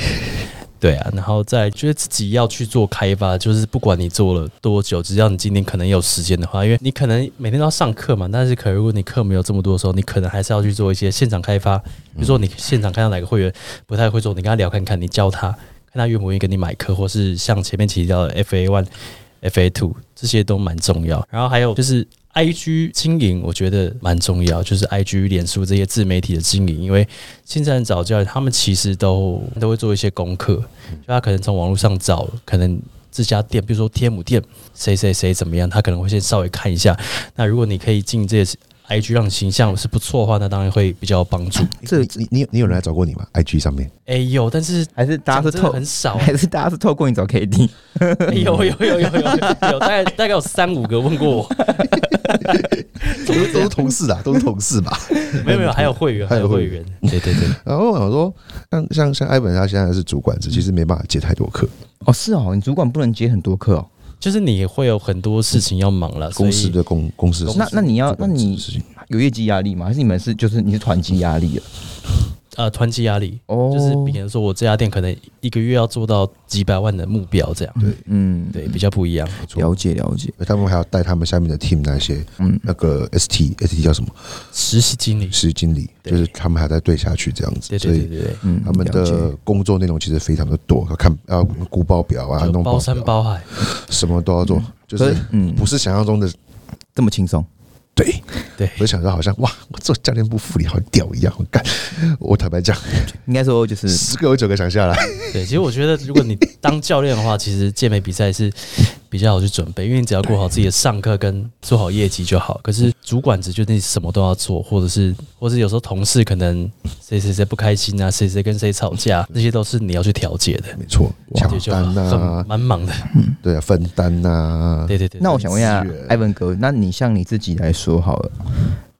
[SPEAKER 3] 对啊，然后再来觉得自己要去做开发，就是不管你做了多久，只要你今天可能有时间的话，因为你可能每天都要上课嘛，但是可能如果你课没有这么多的时候，你可能还是要去做一些现场开发，比如说你现场看到哪个会员不太会做，你跟他聊看看，你教他，看他愿不愿意跟你买课，或是像前面提到的 FA one、FA two 这些都蛮重要。然后还有就是 IG 经营，我觉得蛮重要，就是 IG、脸书这些自媒体的经营，因为现在找教练，他们其实都都会做一些功课，就他可能从网络上找，可能。这家店，比如说天母店，谁谁谁怎么样，他可能会先稍微看一下。那如果你可以进这些 IG 让形象是不错的话，那当然会比较有帮 助。
[SPEAKER 1] 这
[SPEAKER 2] 你你你有你有人来找过你吗？IG 上面
[SPEAKER 3] 哎、有，但是
[SPEAKER 1] 还是大家是
[SPEAKER 3] 讲真的
[SPEAKER 1] 透，
[SPEAKER 3] 很少、
[SPEAKER 1] 还是大家是透过你找 KD？
[SPEAKER 3] 欸 有有有有有有，大概大概有三五个问过我，
[SPEAKER 2] 都是都是同事啊，都是同事吧。
[SPEAKER 3] 没有没有，还有会员，还
[SPEAKER 2] 还
[SPEAKER 3] 有
[SPEAKER 2] 有
[SPEAKER 3] 会
[SPEAKER 2] 会
[SPEAKER 3] 员，对对对，
[SPEAKER 2] 然后我想说，像像像艾本他现在是主管职，其实没办法接太多课，
[SPEAKER 1] 哦，是哦，你主管不能接很多课哦。
[SPEAKER 3] 就是你会有很多事情要忙了，所
[SPEAKER 2] 公司
[SPEAKER 3] 以
[SPEAKER 2] 的公公司
[SPEAKER 1] 那那你要，那你
[SPEAKER 2] 事情
[SPEAKER 1] 有业绩压力吗？还是你们是就是你是团级压力了？
[SPEAKER 3] 呃团级压力，
[SPEAKER 1] 哦，
[SPEAKER 3] 就是比如说我这家店可能一个月要做到几百万的目标这样，
[SPEAKER 1] 嗯，
[SPEAKER 3] 对，比较不一样。
[SPEAKER 1] 了解了解。
[SPEAKER 2] 他们还要带他们下面的 team 那些，
[SPEAKER 1] 嗯
[SPEAKER 2] 嗯，那个 ST ST 叫什么？
[SPEAKER 3] 实习经理，
[SPEAKER 2] 实习经理，
[SPEAKER 3] 对
[SPEAKER 2] 就是他们还在对下去这样子，
[SPEAKER 3] 对
[SPEAKER 2] 所
[SPEAKER 3] 对对
[SPEAKER 2] 以
[SPEAKER 3] 对对。
[SPEAKER 1] 嗯，
[SPEAKER 2] 他们
[SPEAKER 1] 了解
[SPEAKER 2] 的工作内容其实非常的多，要看要估报表啊，
[SPEAKER 3] 就
[SPEAKER 2] 弄
[SPEAKER 3] 包
[SPEAKER 2] 报
[SPEAKER 3] 山
[SPEAKER 2] 表，
[SPEAKER 3] 包海，
[SPEAKER 2] 什么都要做，就是
[SPEAKER 1] 嗯
[SPEAKER 2] 不是想象中的。
[SPEAKER 1] 这么轻松，
[SPEAKER 2] 对，
[SPEAKER 3] 对
[SPEAKER 2] 我就想到好像哇，我做教练部副理好像屌一样，我干！我坦白讲，
[SPEAKER 1] 应该说就是
[SPEAKER 2] 十个有九个想下来，
[SPEAKER 3] 对。其实我觉得，如果你当教练的话，其实健美比赛是比较好去准备，因为你只要过好自己的上课跟做好业绩就好。可是主管职就你什么都要做，或者是，或是有时候同事可能谁谁谁不开心啊，谁谁跟谁吵架，那些都是你要去调解的，
[SPEAKER 2] 没错，
[SPEAKER 3] 调
[SPEAKER 2] 抢
[SPEAKER 3] 解就
[SPEAKER 2] 单
[SPEAKER 3] 很
[SPEAKER 2] 呐，
[SPEAKER 3] 蛮忙的。
[SPEAKER 2] 对啊，分啊担呐，
[SPEAKER 3] 对对对，
[SPEAKER 1] 那我想问一下
[SPEAKER 2] 资源
[SPEAKER 1] 艾文哥，那你像你自己来说好了，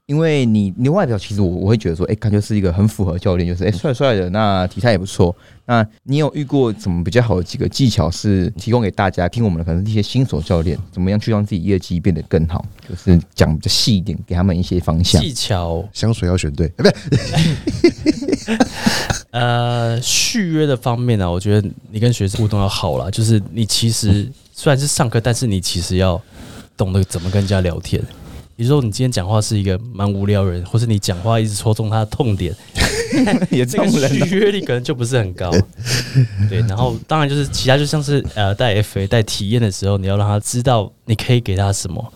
[SPEAKER 1] 因为你你外表其实我我会觉得说，哎、感觉是一个很符合教练，就是哎帅帅的，那体态也不错。那你有遇过怎么比较好的几个技巧是提供给大家，听我们的可能是一些新手教练怎么样去让自己业绩变得更好，就是讲比较细一点，给他们一些方向。
[SPEAKER 3] 技巧，
[SPEAKER 2] 香水要选对，哎，不是
[SPEAKER 3] 呃，续约的方面呢、我觉得你跟学生互动要好啦，就是你其实虽然是上课，但是你其实要懂得怎么跟人家聊天。比如说，你今天讲话是一个蛮无聊的人，或是你讲话一直戳中他的痛点，
[SPEAKER 1] 也
[SPEAKER 3] 这个续约率可能就不是很高。对，然后当然就是其他，就像是呃带 FA 带体验的时候，你要让他知道你可以给他什么，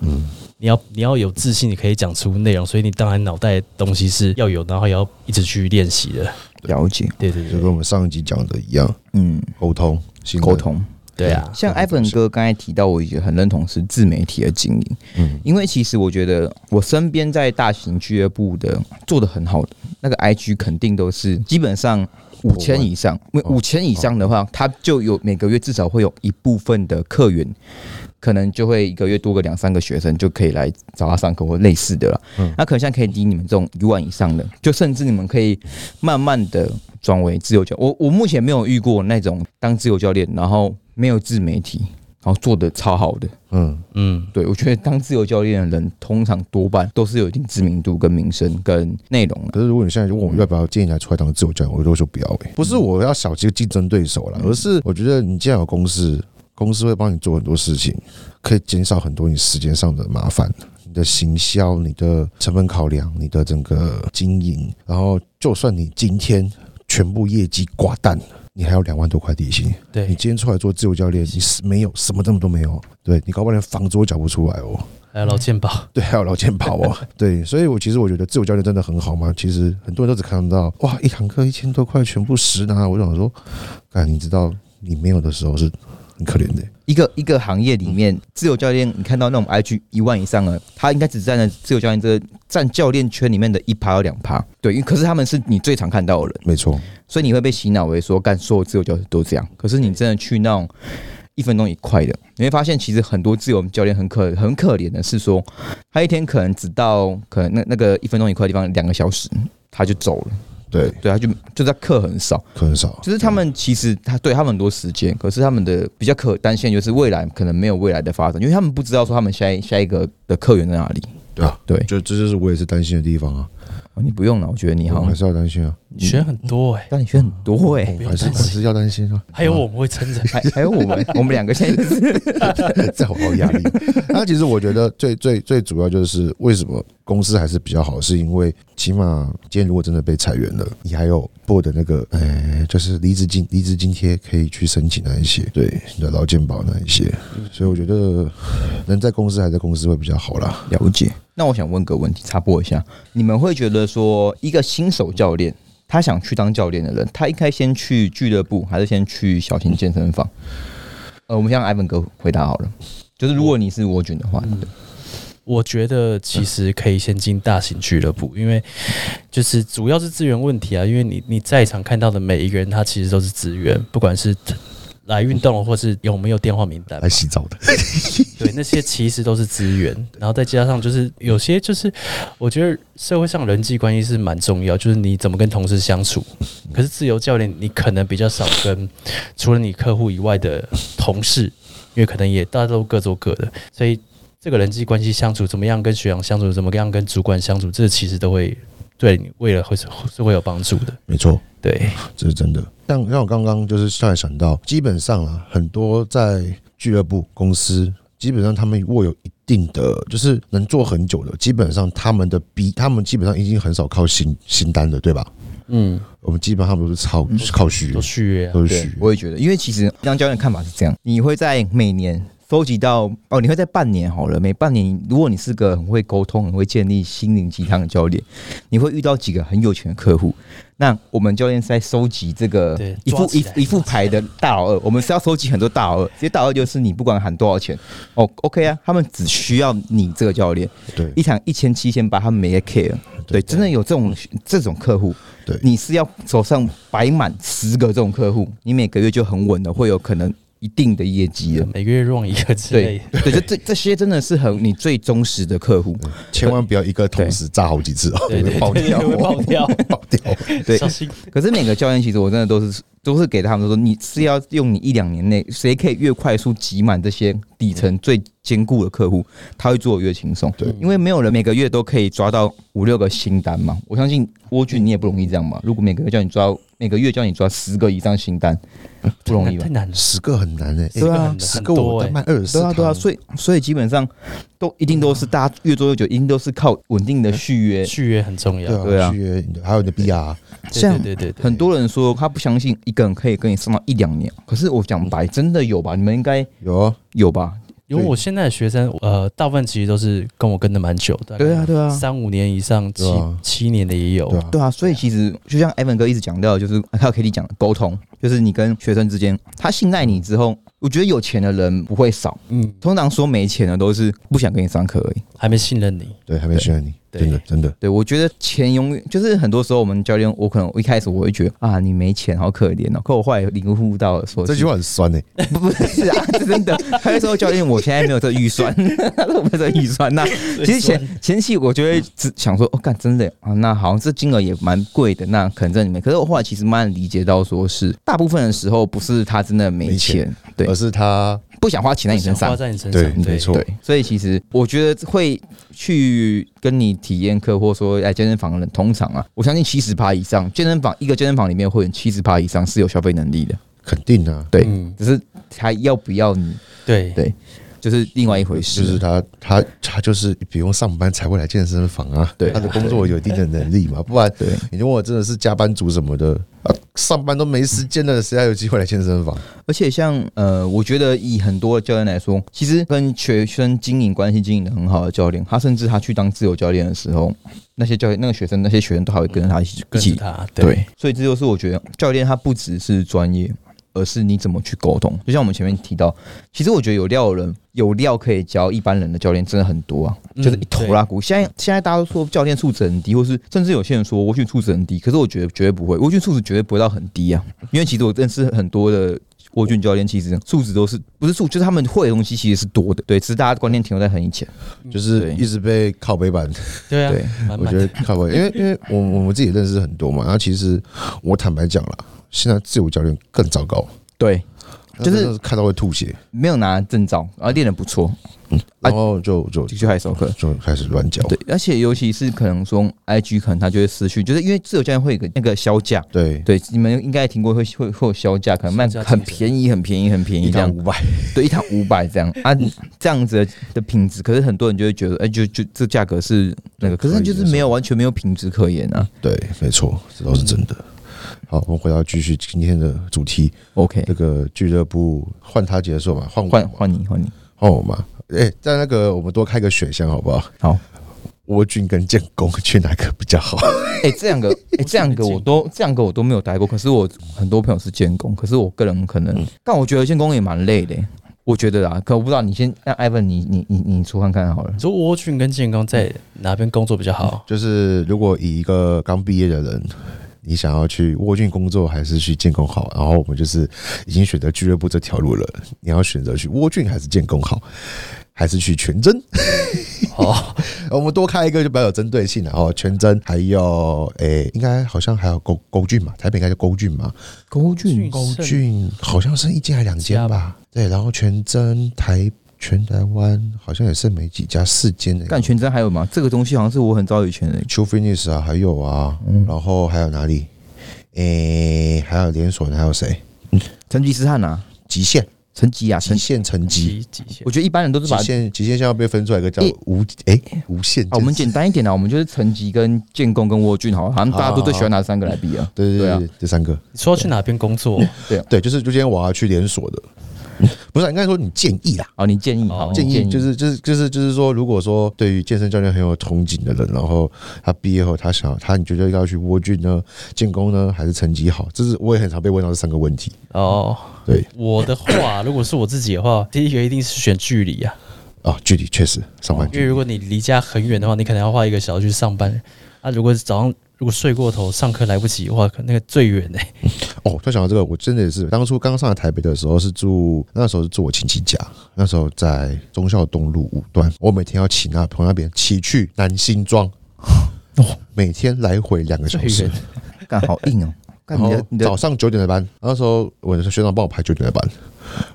[SPEAKER 3] 你要你要有自信，你可以讲出内容，所以你当然脑袋的东西是要有，然后也要一直去练习的。
[SPEAKER 1] 了解，
[SPEAKER 3] 对对
[SPEAKER 2] 就
[SPEAKER 3] 对
[SPEAKER 2] 跟，我们上一集讲的一样，
[SPEAKER 1] 嗯，
[SPEAKER 2] 沟通，新 的
[SPEAKER 1] 沟，通。
[SPEAKER 3] 对啊，
[SPEAKER 1] 像 Ivan 哥刚才提到，我也很认同是自媒体的经营，
[SPEAKER 2] 嗯，
[SPEAKER 1] 因为其实我觉得我身边在大型俱乐部的做的很好的那个 IG 肯定都是基本上五千以上，因为五千以上的话，他就有每个月至少会有一部分的客源，可能就会一个月多个两三个学生就可以来找他上课或类似的了。那可能像可以低你们这种一万以上的，就甚至你们可以慢慢的转为自由教。我我目前没有遇过那种当自由教练，然后没有自媒体，然后做的超好的。
[SPEAKER 2] 嗯，
[SPEAKER 3] 嗯，
[SPEAKER 1] 对，我觉得当自由教练的人，通常多半都是有一定知名度、跟名声、跟内容了。
[SPEAKER 2] 可是如果你现在就问我要不要建议你来出来当自由教练，我都说不要、欸。不是我要小这个竞争对手啦，而是我觉得你既然有公司，公司会帮你做很多事情，可以减少很多你时间上的麻烦。你的行销、你的成本考量、你的整个经营，然后就算你今天全部业绩挂蛋，你还有两万多块底薪。
[SPEAKER 3] 对
[SPEAKER 2] 你，今天出来做自由教练，你是没有什么都都没有，对你搞不好连房租都缴不出来哦。
[SPEAKER 3] 还有老健保，
[SPEAKER 2] 对，还有劳健保哦。对，所以我其实我觉得自由教练真的很好嘛。其实很多人都只看到哇，一堂课一千多块，全部实拿。我就想说，哎，你知道你没有的时候是很可怜的。
[SPEAKER 1] 一个一个行业里面，自由教练，你看到那种 IG 一万以上的，他应该只占了自由教练这个占教练圈里面的一趴到两趴。对，因为可是他们是你最常看到的人。
[SPEAKER 2] 没错，
[SPEAKER 1] 所以你会被洗脑为说干所有自由教练都这样。可是你真的去那种一分钟一块的，你会发现其实很多自由教练很可很可怜的是说，他一天可能只到可能那那个一分钟一块的地方两个小时，他就走了，
[SPEAKER 2] 对，
[SPEAKER 1] 对，他就就在课很少，
[SPEAKER 2] 课很少，
[SPEAKER 1] 就是他们其实他对他们很多时间，可是他们的比较可担心的就是未来可能没有未来的发展，因为他们不知道说他们下一下一个的客源在哪里。
[SPEAKER 2] 对啊，
[SPEAKER 1] 对
[SPEAKER 2] 就这就是我也是担心的地方啊，
[SPEAKER 1] 哦你不用了，我觉得你
[SPEAKER 2] 我
[SPEAKER 1] 好
[SPEAKER 2] 还
[SPEAKER 1] 像，
[SPEAKER 2] 是要担心啊，
[SPEAKER 3] 你学很多哎、
[SPEAKER 1] 但你学很多嗯哎、
[SPEAKER 3] 不
[SPEAKER 2] 还
[SPEAKER 3] 用
[SPEAKER 2] 是
[SPEAKER 3] 担
[SPEAKER 2] 还
[SPEAKER 3] 心。
[SPEAKER 2] 是要担心啊，
[SPEAKER 3] 还有我们会撑 着，
[SPEAKER 1] 还还有我们我们 两个现在就是
[SPEAKER 2] 这好有压力。那其实我觉得最最最主要就是为什么公司还是比较好，是因为起码今天如果真的被裁员了，你还有 board 的那个，呃、就是离职津离职津贴可以去申请那一些，对，你的劳健保那一些。所以我觉得能在公司还在公司会比较好啦。
[SPEAKER 1] 了解。那我想问个问题，插播一下，你们会觉得说一个新手教练，他想去当教练的人，他应该先去俱乐部，还是先去小型健身房？呃，我们先让艾文哥回答好了。就是如果你是我嗯军的话，对
[SPEAKER 3] 我觉得其实可以先进大型俱乐部，因为就是主要是资源问题啊。因为你你在场看到的每一个人，他其实都是资源，不管是来运动的或是有没有电话名单嘛，
[SPEAKER 2] 来洗澡的，
[SPEAKER 3] 对那些其实都是资源。然后再加上就是有些就是，我觉得社会上人际关系是蛮重要，就是你怎么跟同事相处。可是自由教练，你可能比较少跟除了你客户以外的同事，因为可能也大家都各做各的，所以这个人际关系相处怎么样，跟学长相处怎么样，跟主管相处，这其实都会对你未来会是是会有帮助的。
[SPEAKER 2] 没错。
[SPEAKER 3] 对，
[SPEAKER 2] 这是真的。但让我刚刚就是突然想到，基本上啊，很多在俱乐部、公司，基本上他们握有一定的，就是能做很久的，基本上他们的比他们基本上已经很少靠新新单了，对吧？
[SPEAKER 3] 嗯，
[SPEAKER 2] 我们基本上都是靠
[SPEAKER 1] 嗯
[SPEAKER 2] 靠虚
[SPEAKER 3] 都，续约、啊，
[SPEAKER 2] 都是虚。
[SPEAKER 1] 我也觉得，因为其实当教练的看法是这样：你会在每年收集到哦，你会在半年好了，每半年，如果你是个很会沟通、很会建立心灵鸡汤的教练，你会遇到几个很有钱的客户。那我们教练是在收集这个
[SPEAKER 3] 对
[SPEAKER 1] 一副
[SPEAKER 3] 抓起
[SPEAKER 1] 一
[SPEAKER 3] 来
[SPEAKER 1] 一副牌的大老二，我们是要收集很多大老二。这些大老二就是你不管喊多少钱，哦，OK 啊，他们只需要你这个教练，
[SPEAKER 2] 对
[SPEAKER 1] 一场一千七千八，他们没在 care。对，真的有这种这种客户，
[SPEAKER 2] 对
[SPEAKER 1] 你是要手上摆满十个这种客户，你每个月就很稳的，会有可能一定的业绩了。
[SPEAKER 3] 每个月 run 一个之类
[SPEAKER 1] 对
[SPEAKER 3] 的。
[SPEAKER 1] 对，就这这些真的是很你最忠实的客户，
[SPEAKER 2] 千万不要一个同时炸好几次哦，
[SPEAKER 3] 对对
[SPEAKER 2] 爆掉
[SPEAKER 3] 对对会
[SPEAKER 2] 哦，
[SPEAKER 3] 爆掉，
[SPEAKER 2] 爆掉。
[SPEAKER 1] 对
[SPEAKER 3] 小。心
[SPEAKER 1] 可是每个教练其实我真的都是都是给他们说，你是要用你一两年内谁可以越快速挤满这些底层最坚固的客户，他会做的越轻松。
[SPEAKER 2] 对
[SPEAKER 1] 因为没有人每个月都可以抓到五六个新单嘛。我相信蜗居你也不容易这样吧？如果每个月叫你抓每个月叫你抓十个以上新单，不容易吧
[SPEAKER 3] 太？难了。
[SPEAKER 2] 十个很难诶、欸，
[SPEAKER 1] 对啊
[SPEAKER 2] 十个我在卖二十四
[SPEAKER 1] 对啊，对啊，
[SPEAKER 2] 堂，
[SPEAKER 1] 所以所以基本上都一定都是大家越做越久，一定都是靠稳定的续约。
[SPEAKER 3] 续约很重要。
[SPEAKER 1] 对啊
[SPEAKER 2] 续约你的还有你的 BR，
[SPEAKER 1] 像
[SPEAKER 3] 对对对对
[SPEAKER 1] 很多人说他不相信一个人可以跟你上到一两年，可是我讲白，真的有吧？你们应该
[SPEAKER 2] 有哦
[SPEAKER 1] 有吧？
[SPEAKER 3] 因为我现在的学生，呃，大部分其实都是跟我跟的蛮久的，
[SPEAKER 1] 对啊，对啊，
[SPEAKER 3] 三五年以上、七
[SPEAKER 2] 对啊
[SPEAKER 3] 七年的也有
[SPEAKER 2] 对。啊，
[SPEAKER 1] 对啊。所以其实就像 Evan 哥一直讲到，就是还有 k d 讲的沟通，就是你跟学生之间，他信赖你之后，我觉得有钱的人不会少。
[SPEAKER 3] 嗯，
[SPEAKER 1] 通常说没钱的都是不想跟你上课而已。
[SPEAKER 3] 还没信任你，
[SPEAKER 2] 对，啊还没选你，
[SPEAKER 3] 对
[SPEAKER 2] 真的真的。
[SPEAKER 1] 对，我觉得钱永远就是很多时候我们教练，我可能一开始我会觉得啊，你没钱好可怜哦。可我后来领悟到说是，
[SPEAKER 2] 这句话很酸欸诶、
[SPEAKER 1] 不不是啊，是真的。他会说教练，我现在没有这预算， 他说我没有这预算。那其实前前期我就会只想说，哦，干真的啊，那好像这金额也蛮贵的，那可能在里面。可是我后来其实慢慢理解到，说是大部分的时候不是他真的没
[SPEAKER 2] 没钱
[SPEAKER 1] 钱，对
[SPEAKER 2] 而，是他
[SPEAKER 1] 不想花钱在你身
[SPEAKER 3] 想
[SPEAKER 1] 上
[SPEAKER 3] 花，在你身上，
[SPEAKER 2] 对没错
[SPEAKER 1] 对，所以其实我觉得会去跟你体验课，或说来健身房的人，通常啊，我相信七十趴以上，健身房一个健身房里面会有七十趴以上是有消费能力的，
[SPEAKER 2] 肯定啊，
[SPEAKER 1] 对，
[SPEAKER 3] 嗯
[SPEAKER 1] 只是他要不要你，
[SPEAKER 3] 对
[SPEAKER 1] 对，就是啊另外一回事。
[SPEAKER 2] 就是他他他就是不用上班才会来健身房啊，
[SPEAKER 1] 对
[SPEAKER 2] 他的工作有一定的能 力嘛，不然
[SPEAKER 1] 对
[SPEAKER 2] 你问我真的是加班族什么的啊，上班都没时间了，谁还有机会来健身房？
[SPEAKER 1] 而且像呃，我觉得以很多教练来说，其实跟学生经营关系经营的很好的教练，他甚至他去当自由教练的时候，那些教练、那个学生、那些学生都还会跟着他一起一
[SPEAKER 3] 跟着
[SPEAKER 1] 起
[SPEAKER 3] 他，
[SPEAKER 1] 对，所以这就是我觉得教练他不只是专业，而是你怎么去沟通。就像我们前面提到，其实我觉得有料的人有料可以教一般人的教练真的很多啊，
[SPEAKER 3] 嗯
[SPEAKER 1] 就是一头拉骨。现在现在大家都说教练素质很低，或是甚至有些人说我去素质很低，可是我觉得绝对不会，我去素质绝对不会到很低啊，因为其实我认识很多的。沃俊教练其实素质都是不是素，就是他们会的东西其实是多的，对，只是大家观念停留在很以前。
[SPEAKER 2] 就是
[SPEAKER 1] 嗯对
[SPEAKER 2] 一直被靠 背板
[SPEAKER 3] 对啊
[SPEAKER 1] 对，
[SPEAKER 3] 满
[SPEAKER 2] 我
[SPEAKER 3] 满
[SPEAKER 2] 觉
[SPEAKER 3] 的
[SPEAKER 2] 得靠背，因为因为我我我自己认识很多嘛，然后其实我坦白讲了，现在自由教练更糟糕，
[SPEAKER 1] 对，就是
[SPEAKER 2] 那真的看到会吐血，
[SPEAKER 1] 没有拿证照，而练的不错，
[SPEAKER 2] 然后就就
[SPEAKER 1] 继续还授课。
[SPEAKER 2] 就开始乱教，
[SPEAKER 1] 啊对，而且尤其是可能说 IG 可能他就会失去，就是因为自由教练会有个那个销价，
[SPEAKER 2] 对，
[SPEAKER 1] 对，你们应该也听过会会会有销价，可能卖
[SPEAKER 3] 销价
[SPEAKER 1] 很
[SPEAKER 3] 竞争
[SPEAKER 1] 便宜，很便宜，很便宜
[SPEAKER 2] 一
[SPEAKER 1] 这
[SPEAKER 2] 堂
[SPEAKER 1] 样，
[SPEAKER 2] 五百，
[SPEAKER 1] 对，一堂五百这样啊，这样子的的品质，可是很多人就会觉得，哎、就就这价格是那个，可是就是没有完全没有品质可言啊。
[SPEAKER 2] 对，没错，这都是真的。好，我们回到继续今天的主题，
[SPEAKER 1] OK，
[SPEAKER 2] 那个俱乐部换他结束嘛，换我
[SPEAKER 1] 换
[SPEAKER 2] 嘛
[SPEAKER 1] 换你换你，
[SPEAKER 2] 换我嘛，哎，在那个我们多开个选项好不好？
[SPEAKER 1] 好，
[SPEAKER 2] 蜗俊跟建工 去哪个比较好？
[SPEAKER 1] 哎、这两个， 哎、这两个我都这两个我都没有待过，可是我很多朋友是监工，可是我个人可能，但我觉得监工也蛮累的、欸我觉得啦，可我不知道你先让艾文你你你你出看看好了
[SPEAKER 3] 你。说蜗俊跟建工在哪边工作比较好？
[SPEAKER 2] 就是如果以一个刚毕业的人，你想要去沃郡工作还是去建工好？然后我们就是已经选择俱乐部这条路了，你要选择去沃郡还是建工好，还是去全真？
[SPEAKER 3] 哦，
[SPEAKER 2] 我们多开一个就比较有针对性了哦。全真还有诶、应该好像还有勾勾郡嘛，台北应该叫勾郡嘛，
[SPEAKER 1] 勾
[SPEAKER 3] 俊
[SPEAKER 2] 勾郡好像剩一间还两间
[SPEAKER 3] 家
[SPEAKER 1] 啊
[SPEAKER 2] 吧？对，然后全真台。全台湾好像也剩没几家，四间的样子。
[SPEAKER 1] 干全真还有吗？这个东西好像是我很早以前的，
[SPEAKER 2] True Fitness 啊，还有啊，
[SPEAKER 1] 嗯
[SPEAKER 2] 然后还有哪里？诶、还有连锁的，还有谁？
[SPEAKER 1] 成吉思汗啊，
[SPEAKER 2] 极限，
[SPEAKER 1] 成吉啊，
[SPEAKER 2] 极
[SPEAKER 1] 成，
[SPEAKER 2] 限成绩，
[SPEAKER 3] 极极限
[SPEAKER 1] 我觉得一般人都是
[SPEAKER 2] 极
[SPEAKER 1] 把
[SPEAKER 2] 限，极限现在被分出来一个叫
[SPEAKER 1] 一
[SPEAKER 2] 无诶、无限健身、
[SPEAKER 1] 啊，我们简单一点啦，我们就是成吉跟建工跟沃俊好了，好像大家都最喜欢拿三个来比啊。
[SPEAKER 2] 对对
[SPEAKER 1] 对
[SPEAKER 2] 对
[SPEAKER 1] 啊
[SPEAKER 2] 对，这三个，
[SPEAKER 3] 你说要去哪边工作？
[SPEAKER 2] 对，就是就今天我要去连锁的， 不是啊应该说你建议啦。
[SPEAKER 1] 好，你建议
[SPEAKER 3] 哦
[SPEAKER 1] 好，
[SPEAKER 2] 建议就是就是就是就是说，如果说对于健身教练很有憧憬的人，然后他毕业后他想他你觉得要去蜗居呢、建工呢，还是成绩好？这是我也很常被问到这三个问题。
[SPEAKER 3] 哦，
[SPEAKER 2] 对
[SPEAKER 3] 我的话，如果是我自己的话，第一个一定是选距离啊，
[SPEAKER 2] 啊，距离确实上班
[SPEAKER 3] 因
[SPEAKER 2] 距
[SPEAKER 3] 为
[SPEAKER 2] 离
[SPEAKER 3] 如果你离家很远的话，你可能要花一个小时去上班。啊，如果早上如果睡过头，上课来不及的话，可那个最远哎、
[SPEAKER 2] 哦，突然想到这个，我真的也是当初刚上来台北的时候是住，那时候是住我亲戚家，那时候在忠孝东路五段，我每天要骑那从那边骑去南新庄，哦，每天来回两个小
[SPEAKER 3] 最
[SPEAKER 2] 时
[SPEAKER 3] 远，
[SPEAKER 1] 干好硬哦，干
[SPEAKER 2] 然
[SPEAKER 1] 你
[SPEAKER 2] 后
[SPEAKER 1] 的你
[SPEAKER 2] 早
[SPEAKER 1] 的
[SPEAKER 2] 上九点的班，那时候我的学长帮我排九点的班，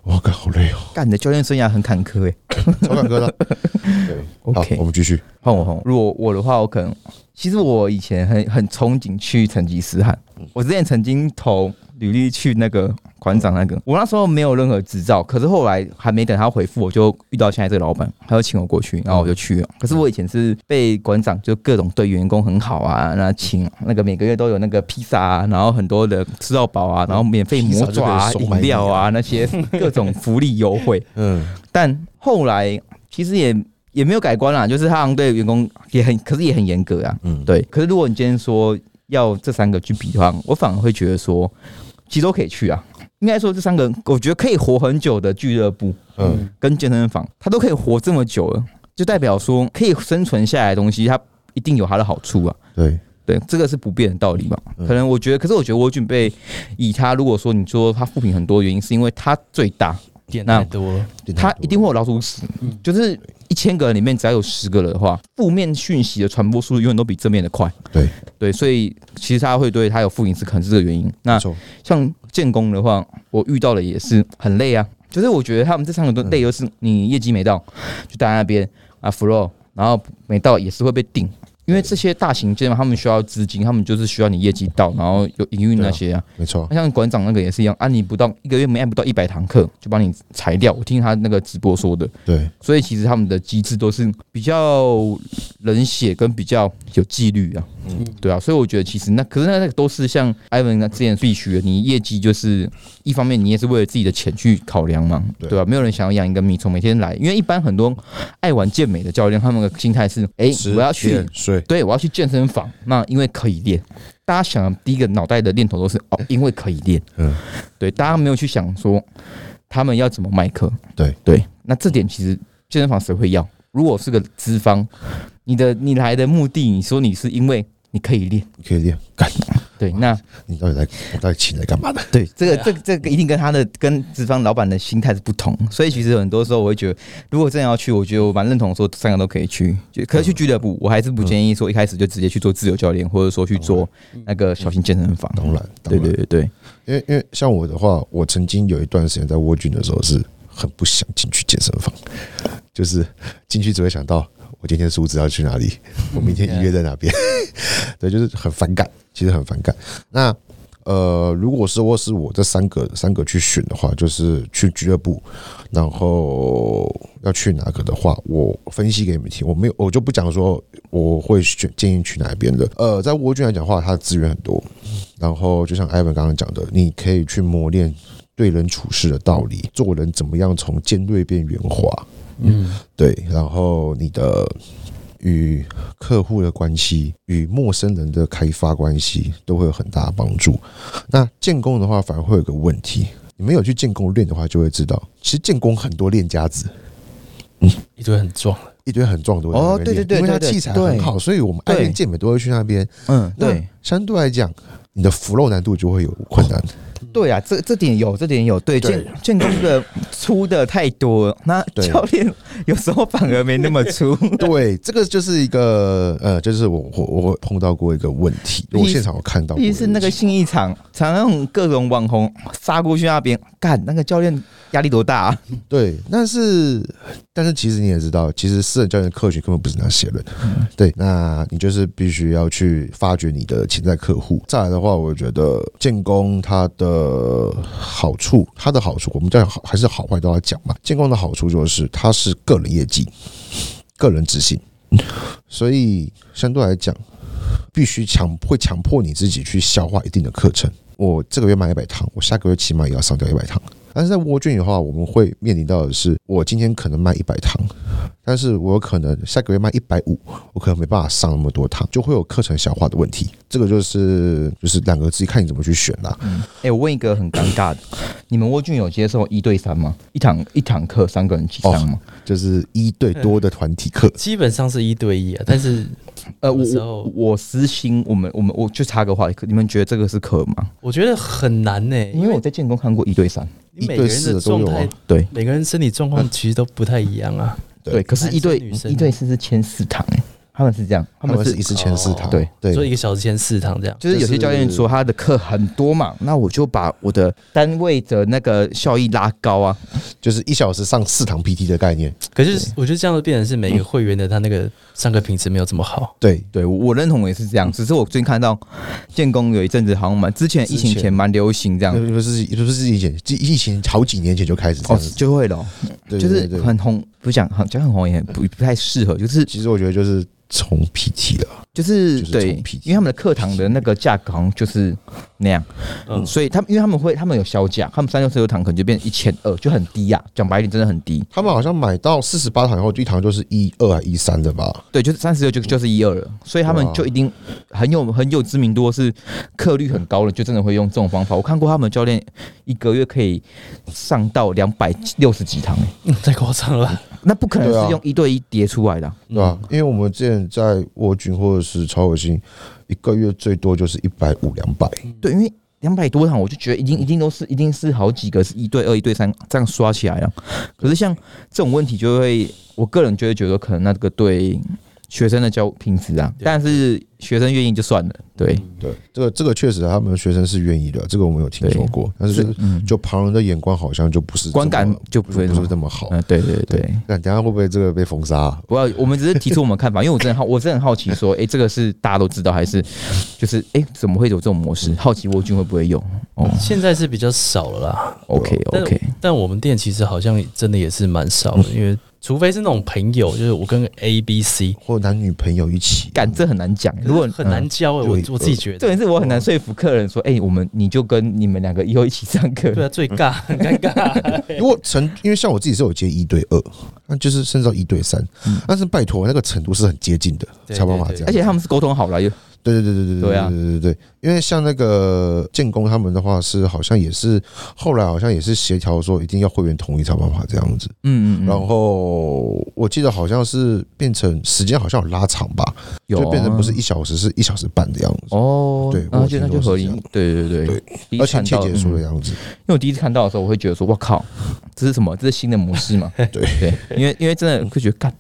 [SPEAKER 2] 哇，干 好累哦，
[SPEAKER 1] 干你的教练生涯很坎坷哎。
[SPEAKER 2] 超感哥的。对，好
[SPEAKER 1] OK，
[SPEAKER 2] 我们继续。
[SPEAKER 1] 换我换我，如果我的话，我可能其实我以前很很憧憬去成吉思汗，我之前曾经投履历去那个馆长那个，我那时候没有任何执照，可是后来还没等他回复，我就遇到现在这个老板，他就请我过去，然后我就去了。可是我以前是被馆长就各种对员工很好啊，那请那个每个月都有那个披萨啊，然后很多的吃到饱啊，然后免费魔爪啊、饮料啊那些各种福利优惠，
[SPEAKER 2] 嗯，
[SPEAKER 1] 但后来其实也也没有改观啦，就是他好像对员工也很，可是也很严格啊。
[SPEAKER 2] 嗯
[SPEAKER 1] 嗯，对。可是如果你今天说要这三个去比的话，我反而会觉得说，其实都可以去啊。应该说这三个，我觉得可以活很久的俱乐部，
[SPEAKER 2] 嗯
[SPEAKER 1] 嗯，跟健身房，它都可以活这么久了，就代表说可以生存下来的东西，它一定有它的好处啊。
[SPEAKER 2] 对，
[SPEAKER 1] 对，这个是不变的道理嘛。可能我觉得，可是我觉得沃俊被以他，如果说你说他负评很多原因，是因为他最大，
[SPEAKER 3] 点
[SPEAKER 1] 那
[SPEAKER 3] 太多了。
[SPEAKER 1] 他一定会有老鼠屎，就是一千个人里面只要有十个人的话，负面讯息的传播速度永远都比正面的快。
[SPEAKER 2] 对
[SPEAKER 1] 对，所以其实他会对他有负影是可能是这个原因。那
[SPEAKER 2] 没错
[SPEAKER 1] 像建工的话，我遇到的也是很累啊，就是我觉得他们这三个都累，就是你业绩没到就待在那边啊 f l o 然后没到也是会被定。因为这些大型建嘛，他们需要资金，他们就是需要你业绩到，然后有营运那些啊。
[SPEAKER 2] 没错，
[SPEAKER 1] 那像馆长那个也是一样，按、你不到一个月没按不到一百堂课，就把你裁掉。我听他那个直播说的，
[SPEAKER 2] 对
[SPEAKER 1] 所以其实他们的机制都是比较冷血跟比较有纪律啊，对啊，所以我觉得其实那可是那那个都是像艾文之前必须的，你业绩就是一方面你也是为了自己的钱去考量嘛，
[SPEAKER 2] 对
[SPEAKER 1] 对吧、没有人想要养一个米虫每天来，因为一般很多爱玩健美的教练，他们的心态是，哎、
[SPEAKER 2] 吃
[SPEAKER 1] 我要去
[SPEAKER 2] 点，睡，
[SPEAKER 1] 对我要去健身房，那因为可以练。大家想的第一个脑袋的念头都是哦，因为可以练，
[SPEAKER 2] 嗯，
[SPEAKER 1] 对，大家没有去想说他们要怎么卖课。
[SPEAKER 2] 对
[SPEAKER 1] 对，那这点其实健身房谁会要？如果是个资方，你的你来的目的，你说你是因为你可以练，
[SPEAKER 2] 可以练，干
[SPEAKER 1] 对，那
[SPEAKER 2] 你到底在我到底请来干嘛的？
[SPEAKER 1] 对这
[SPEAKER 2] 啊
[SPEAKER 1] 个这个这个一定跟他的跟资方老板的心态是不同，所以其实很多时候我会觉得，如果真的要去，我觉得我蛮认同说三个都可以去，就可是
[SPEAKER 2] 嗯
[SPEAKER 1] 去俱乐部，我还是不建议说一开始就直接去做自由教练，或者说去做
[SPEAKER 2] 嗯
[SPEAKER 1] 那个小型健身房。
[SPEAKER 2] 当然，
[SPEAKER 1] 对
[SPEAKER 2] 当然
[SPEAKER 1] 对，对对，
[SPEAKER 2] 因为因为像我的话，我曾经有一段时间在沃郡的时候是很不想进去健身房，就是进去只会想到我今天数值要去哪里，我明天预约在哪边， 对，就是很反感，其实很反感。那呃，如果是我是我这三个三个去选的话，就是去俱乐部，然后要去哪个的话，我分析给你们听。我没有，我就不讲说我会选建议去哪边的。呃，在蜗居来讲的话，它的资源很多，然后就像艾文刚刚讲的，你可以去磨练对人处事的道理，做人怎么样从尖锐变圆滑，
[SPEAKER 3] 嗯，
[SPEAKER 2] 对，然后你的与客户的关系、与陌生人的开发关系都会有很大的帮助。那建工的话，反而会有个问题，你没有去建工练的话，就会知道，其实建工很多练家子。
[SPEAKER 3] 一堆很壮的，
[SPEAKER 2] 一堆很壮的人在那边
[SPEAKER 1] 哦对对对
[SPEAKER 2] 练因为
[SPEAKER 1] 对
[SPEAKER 2] 它
[SPEAKER 1] 对
[SPEAKER 2] 器材很好，所以我们爱练健美都会去那边。
[SPEAKER 1] 嗯，
[SPEAKER 2] 那
[SPEAKER 1] 对
[SPEAKER 2] 相对来讲，你的扶漏难度就会有困难。
[SPEAKER 1] 对啊，这这点有，这点有，对
[SPEAKER 2] 嗯对
[SPEAKER 1] 健健康的粗的太多了，那
[SPEAKER 2] 对
[SPEAKER 1] 教练有时候反而没那么 粗。
[SPEAKER 2] 对，这个就是一个呃，就是我我我碰到过一个问题，
[SPEAKER 1] 意思
[SPEAKER 2] 我现场有看到过一
[SPEAKER 1] 第一
[SPEAKER 2] 个
[SPEAKER 1] 是那个信义场，常常各种网红杀过去那边，干那个教练压力多大、啊？
[SPEAKER 2] 对，但是但是其实你也知道，其实私人教练的客群根本不是那些人，对，那你就是必须要去发掘你的潜在客户。再来的话，我觉得建工它的好处，它的好处，我们这样好还是好坏都要讲嘛。建工的好处就是它是个人业绩，个人执行，所以相对来讲，必须强会强迫你自己去消化一定的课程。我这个月卖一百堂，我下个月起码也要上掉一百堂。但是在蜗郡的话，我们会面临到的是，我今天可能卖一百堂，但是我有可能下个月卖一百五，我可能没办法上那么多堂，就会有课程消化的问题。这个就是就是两个自己看你怎么去选啦。
[SPEAKER 1] 哎、我问一个很尴尬的， 你们沃俊有接受一对三吗？一堂一堂课三个人起上吗？
[SPEAKER 3] 哦
[SPEAKER 2] 就是一对多的团体课，
[SPEAKER 3] 基本上是一对一啊，但是
[SPEAKER 1] 呃，我
[SPEAKER 3] 有时
[SPEAKER 1] 我
[SPEAKER 3] 候
[SPEAKER 1] 我私心，我们我们我就插个话，你们觉得这个是可吗？
[SPEAKER 3] 我觉得很难呢、
[SPEAKER 1] 因为我在建工看过一对三，
[SPEAKER 3] 你每个人的状
[SPEAKER 2] 一对四
[SPEAKER 3] 态
[SPEAKER 2] 的都有啊，
[SPEAKER 1] 对
[SPEAKER 3] 每个人身体状况其实都不太一样啊。
[SPEAKER 2] 对
[SPEAKER 1] 对，可是，一对
[SPEAKER 3] 男生女生
[SPEAKER 1] 一对四是签四堂、欸，他们是这样，他
[SPEAKER 2] 他
[SPEAKER 1] 们
[SPEAKER 2] 们
[SPEAKER 1] 是哦
[SPEAKER 2] 是一次前四堂，
[SPEAKER 1] 对
[SPEAKER 2] 对
[SPEAKER 3] 所以一个小时前四堂这样，
[SPEAKER 1] 就是有些教练说他的课很多嘛，那我就把我的单位的那个效益拉高啊。
[SPEAKER 2] 就是一小时上四堂 PT 的概念。
[SPEAKER 3] 可是我觉得这样就变成是每个会员的他那个上课品质没有这么好。
[SPEAKER 2] 对，
[SPEAKER 1] 对，我我认同也是这样。只是我最近看到建工有一阵子好像蛮之前疫情
[SPEAKER 2] 之前
[SPEAKER 1] 前蛮流行这样，
[SPEAKER 2] 不是不是以前，疫情好几年前就开始这
[SPEAKER 1] 哦
[SPEAKER 2] 样子，，
[SPEAKER 1] 就会了哦，
[SPEAKER 2] 对
[SPEAKER 1] 就
[SPEAKER 2] 对
[SPEAKER 1] 是
[SPEAKER 2] 对对
[SPEAKER 1] 很红，不是讲很讲很红也很不不太适合，就是
[SPEAKER 2] 其实我觉得就是从 PT 了。
[SPEAKER 1] 就是
[SPEAKER 2] 就是
[SPEAKER 1] 对
[SPEAKER 2] 从 PT，
[SPEAKER 1] 因为他们的课堂的那个价格好像就是那样，
[SPEAKER 3] 嗯，
[SPEAKER 1] 所以他们因为他们会他们有销价，他们三六四六堂可能就变一千二，就很低呀、啊讲白一点，真的很低。
[SPEAKER 2] 他们好像买到四十八堂以后，一堂就是一二还啊一三的吧？
[SPEAKER 1] 对，就是三十六就就是一二了，所以他们
[SPEAKER 2] 哇
[SPEAKER 1] 就一定很有很有知名度，是客率很高的，就真的会用这种方法。我看过他们教练一个月可以上到两百六十几堂、欸，
[SPEAKER 3] 嗯 太夸张了吧？
[SPEAKER 1] 那不可能
[SPEAKER 2] 对啊
[SPEAKER 1] 是用一对一叠出来的啊、
[SPEAKER 2] 对吧、因为我们之前在沃军或者是超火星，一个月最多就是一百五两百。
[SPEAKER 1] 对，因为两百多堂，我就觉得一定一定都是一定是好几个是一对二、一对三这样刷起来了。可是像这种问题，就会我个人就会觉得可能那个对学生的教品质啊，但是学生愿意就算了，对，
[SPEAKER 2] 对，这个这个确实他们学生是愿意的，这个我们有听说过，但是
[SPEAKER 1] 嗯，
[SPEAKER 2] 就旁人的眼光好像就不是
[SPEAKER 1] 观感就不
[SPEAKER 2] 不是
[SPEAKER 1] 会
[SPEAKER 2] 不
[SPEAKER 1] 那
[SPEAKER 2] 是
[SPEAKER 1] 么
[SPEAKER 2] 这么好。
[SPEAKER 1] 嗯，对对对。
[SPEAKER 2] 那等一下会不会这个被封杀啊、
[SPEAKER 1] 不要，我们只是提出我们看法，因为我真的好，我真的很好奇，说，哎、这个是大家都知道，还是就是，哎、怎么会有这种模式？好奇沃君会不会用？哦
[SPEAKER 3] 现在是比较少了啦，
[SPEAKER 1] ，OK
[SPEAKER 3] 但
[SPEAKER 1] OK，
[SPEAKER 3] 但我们店其实好像真的也是蛮少
[SPEAKER 1] 嗯
[SPEAKER 3] 的，因为除非是那种朋友，就是我跟 A、B、C，
[SPEAKER 2] 或男女朋友一起？
[SPEAKER 1] 干这很难讲，如果嗯
[SPEAKER 3] 很难教、欸，我
[SPEAKER 2] 对
[SPEAKER 3] 我自己觉
[SPEAKER 1] 重
[SPEAKER 3] 得。
[SPEAKER 1] 点是我很难说服客人说，哎、我们你就跟你们两个以后一起上课。
[SPEAKER 3] 对啊，最尬，很尴 尬。
[SPEAKER 2] 如果成，因为像我自己是有接一对二，那就是
[SPEAKER 1] 嗯
[SPEAKER 2] 甚至到一对三，但是拜托那个程度是很接近的，
[SPEAKER 3] 对
[SPEAKER 2] 才有办法
[SPEAKER 3] 对哎
[SPEAKER 2] 这样
[SPEAKER 1] 而。且他们是沟通好了，有嗯
[SPEAKER 2] 对对对对对
[SPEAKER 1] 对啊
[SPEAKER 2] 对对对对，因为像那个建工他们的话是好像也是后来好像也是协调说一定要会员同意才有办法这样子，
[SPEAKER 1] 嗯嗯，嗯
[SPEAKER 2] 然后我记得好像是变成时间好像有拉长吧，
[SPEAKER 1] 有啊
[SPEAKER 2] 就变成不是一小时是一小时半的样子，
[SPEAKER 1] 哦，
[SPEAKER 2] 对
[SPEAKER 1] 那
[SPEAKER 2] 我
[SPEAKER 1] 就
[SPEAKER 2] 听
[SPEAKER 1] 那就合
[SPEAKER 2] 说是这
[SPEAKER 1] 理
[SPEAKER 2] 样，
[SPEAKER 1] 对对对
[SPEAKER 2] 对，
[SPEAKER 1] 第一
[SPEAKER 2] 而
[SPEAKER 1] 次
[SPEAKER 2] 且
[SPEAKER 1] 看
[SPEAKER 2] 切
[SPEAKER 1] 到
[SPEAKER 2] 结
[SPEAKER 1] 嗯
[SPEAKER 2] 束的样子，
[SPEAKER 1] 因为我第一次看到的时候，我会觉得说，我靠，这是什么？这是新的模式嘛？
[SPEAKER 2] 对
[SPEAKER 1] 对，因为因为真的会觉得干，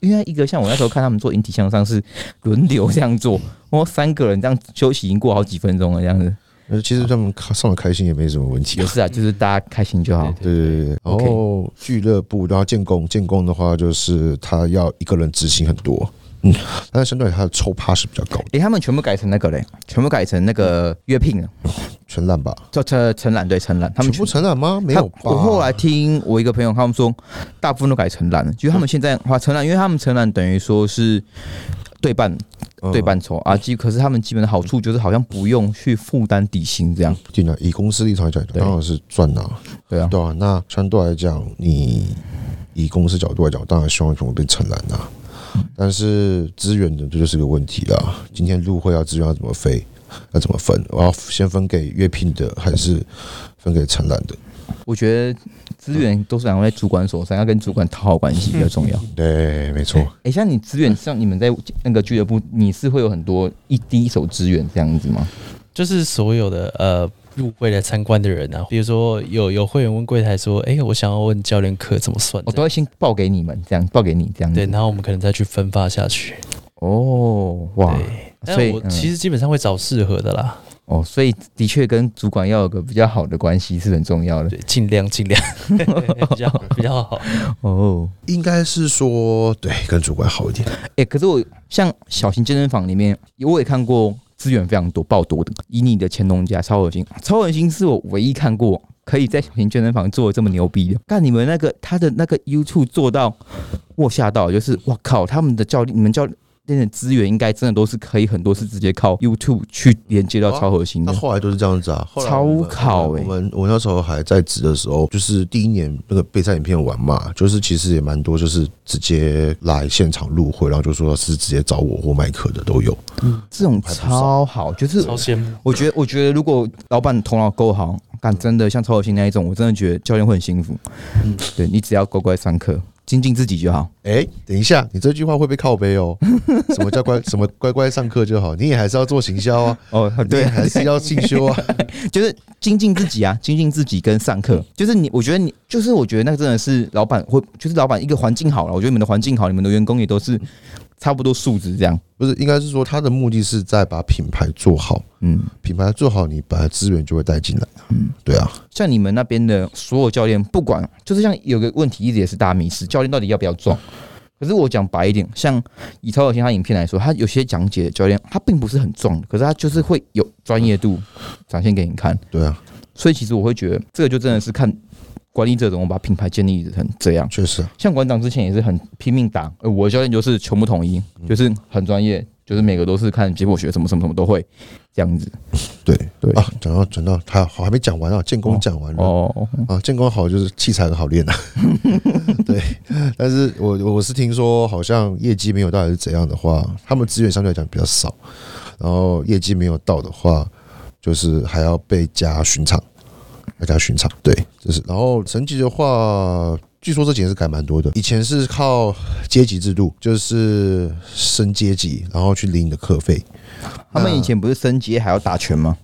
[SPEAKER 1] 因为一个像我那时候看他们做引体向上是轮流这样做，然后三个人这样休息已经过好几分钟了，这样子
[SPEAKER 2] 呃，其实他们看上的开心也没什么问题
[SPEAKER 1] 也。是啊，就是大家开心就好。
[SPEAKER 2] 对对对对，然
[SPEAKER 1] OK
[SPEAKER 2] 后俱乐部，然后建工，建工的话就是他要一个人执行很多，嗯，但是相对来他的抽趴是比较高的，
[SPEAKER 1] 诶、他们全部改成那个嘞，全部改成那个约聘啊了，
[SPEAKER 2] 全烂吧？
[SPEAKER 1] 叫承承揽对承揽，他们
[SPEAKER 2] 全部承揽吗？没有吧？
[SPEAKER 1] 他我后来听我一个朋友他们说，大部分都改承揽了，就是他们现在的话承揽，因为他们承揽等于说是对半
[SPEAKER 2] 嗯
[SPEAKER 1] 对半酬啊，基可是他们基本的好处就是好像不用去负担底薪这样，
[SPEAKER 2] 一定的，以公司立场来讲，
[SPEAKER 1] 对
[SPEAKER 2] 当然是赚啊，
[SPEAKER 1] 对啊，
[SPEAKER 2] 嗯对啊，那相对来讲，你以公司角度来讲，当然希望全部被承揽啊。
[SPEAKER 1] 嗯
[SPEAKER 2] 但是资源的这就是个问题啦。今天入会要资源要怎么分，要怎么分？我要先分给月聘的，还是分给承揽的？
[SPEAKER 1] 我觉得资源都是掌握在主管手上，要跟主管讨好关系比较重要。
[SPEAKER 2] 嗯对，没错。
[SPEAKER 1] 哎、像你资源，像你们在那个俱乐部，你是会有很多一第一手资源这样子吗？
[SPEAKER 3] 就是所有的呃入会来参观的人啊，比如说有有会员问柜台说，哎、我想要问教练课怎么算
[SPEAKER 1] 我、都会先报给你们，这样报给你这样
[SPEAKER 3] 对，
[SPEAKER 1] 子。
[SPEAKER 3] 然后我们可能再去分发下去。
[SPEAKER 1] 哦，哇，
[SPEAKER 3] 但
[SPEAKER 1] 所以
[SPEAKER 3] 我
[SPEAKER 1] 嗯
[SPEAKER 3] 其实基本上会找适合的啦，
[SPEAKER 1] 哦，所以的确跟主管要有个比较好的关系是很重要的。
[SPEAKER 3] 对，尽量尽 量比较比较好。
[SPEAKER 1] 哦，
[SPEAKER 2] 应该是说，对，跟主管好一点。
[SPEAKER 1] 哎、可是我像小型健身房里面，我也看过资源非常多、爆多的。以你的乾隆家超恶心，超恶心是我唯一看过可以在小型健身房做的这么牛逼的。看你们那个他的那个 YouTube 做到，我吓到，就是我靠，他们的教练，你们教练的资源应该真的都是可以很多是直接靠 YouTube 去连接到超核心的
[SPEAKER 2] 那。后来都是这样子啊，后来我们
[SPEAKER 1] 嗯超考欸
[SPEAKER 2] 我们我那时候还在职的时候，就是第一年那个备赛影片玩嘛，就是其实也蛮多，就是直接来现场入会，然后就说是直接找我或麦克的都有。
[SPEAKER 1] 这种超好，就是
[SPEAKER 3] 超 羡慕，
[SPEAKER 1] 我觉得，我觉得如果老板头脑够好，干真的像曹有新那一种，我真的觉得教练会很幸福。对你只要乖乖上课，精进自己就好。
[SPEAKER 2] 哎、等一下，你这句话会被靠背哦。 什么叫乖？什么乖乖上课就好？你也还是要做行销啊，
[SPEAKER 1] 哦，
[SPEAKER 2] 你 也
[SPEAKER 1] 对，
[SPEAKER 2] 还是要进修啊。
[SPEAKER 1] 就是精进自己啊， 精进自己跟上课，就是你，我觉得你，就是我觉得那真的是老板会，就是老板一个环境好了，我觉得你们的环境好，你们的员工也都是差不多素质这样。
[SPEAKER 2] 不是，应该是说他的目的是在把品牌做好，
[SPEAKER 1] 嗯，
[SPEAKER 2] 品牌做好，你本来资源就会带进来。嗯，对啊，
[SPEAKER 1] 像你们那边的所有教练，不管就是像有个问题一直也是大家迷失，教练到底要不要撞？可是我讲白一点，像以曹有新他影片来说，他有些讲解的教练他并不是很壮，可是他就是会有专业度展现给你看。
[SPEAKER 2] 对啊，
[SPEAKER 1] 所以其实我会觉得这个就真的是看管理者怎么把品牌建立成这样。
[SPEAKER 2] 确实啊，
[SPEAKER 1] 像馆长之前也是很拼命打，呃，我的教练就是全部统一，就是很专业，就是每个都是看结果学，什么什么什么都会这样子。
[SPEAKER 2] 对
[SPEAKER 1] 对
[SPEAKER 2] 啊，讲到讲到他好还没讲完啊，建工讲完了。
[SPEAKER 1] 哦，
[SPEAKER 2] 啊，建工好就是器材很 好练啊， 对。但是我我是听说，好像业绩没有到还是怎样的话，他们资源相对来讲比较少，然后业绩没有到的话，就是还要被加巡场，要加巡场。对，就是。然后成绩的话，据说这几年是改蛮多的，以前是靠阶级制度，就是升阶级，然后去领你的课费。
[SPEAKER 1] 他们以前不是升级还要打拳吗？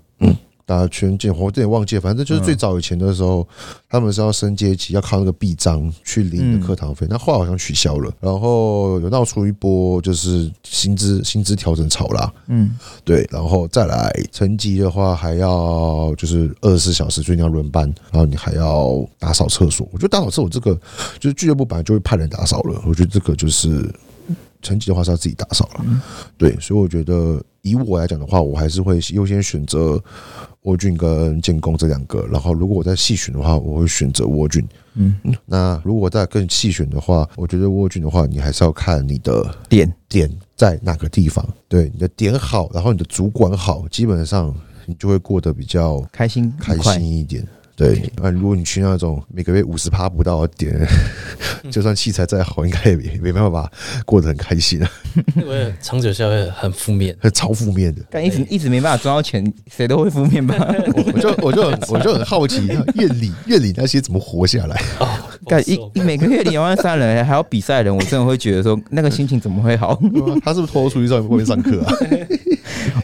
[SPEAKER 2] 打拳击，我有点忘记了，反正就是最早以前的时候，他们是要升阶级，要靠那个臂章去领你的课堂费。那后来好像取消了，然后有闹出一波就是薪资薪资调整潮啦，
[SPEAKER 1] 嗯，
[SPEAKER 2] 对，然后再来成绩的话，还要就是二十四小时，所以你要轮班，然后你还要打扫厕所。我觉得打扫厕所这个就是俱乐部本来就会派人打扫了，我觉得这个就是成绩的话是要自己打扫了。对，所以我觉得以我来讲的话，我还是会优先选择沃俊跟建工这两个。然后如果我在细选的话，我会选择沃俊。
[SPEAKER 1] 嗯，
[SPEAKER 2] 那如果再更细选的话，我觉得沃俊的话，你还是要看你的
[SPEAKER 1] 点
[SPEAKER 2] 点在哪个地方，对你的点好，然后你的主管好，基本上你就会过得比较
[SPEAKER 1] 开心
[SPEAKER 2] 开
[SPEAKER 1] 愉快
[SPEAKER 2] 心一点。对，那如果你去那种每个月五十趴不到的点， 就算器材再好，应该也没没办法过得很开心啊，
[SPEAKER 3] 因为长久下来很负面。
[SPEAKER 2] 超负面的。
[SPEAKER 1] 但一直一直没办法赚到钱，谁都会负面吧？
[SPEAKER 2] 我我就我就 很我就很好奇，院里院里那些怎么活下来？
[SPEAKER 3] 哦，
[SPEAKER 1] 干
[SPEAKER 3] 我
[SPEAKER 1] 一
[SPEAKER 3] 受不
[SPEAKER 1] 一
[SPEAKER 3] 了
[SPEAKER 1] 每个月两万三人，还要比赛人，我真的会觉得说那个心情怎么会好
[SPEAKER 2] 他是不是偷偷出去上外面上课啊？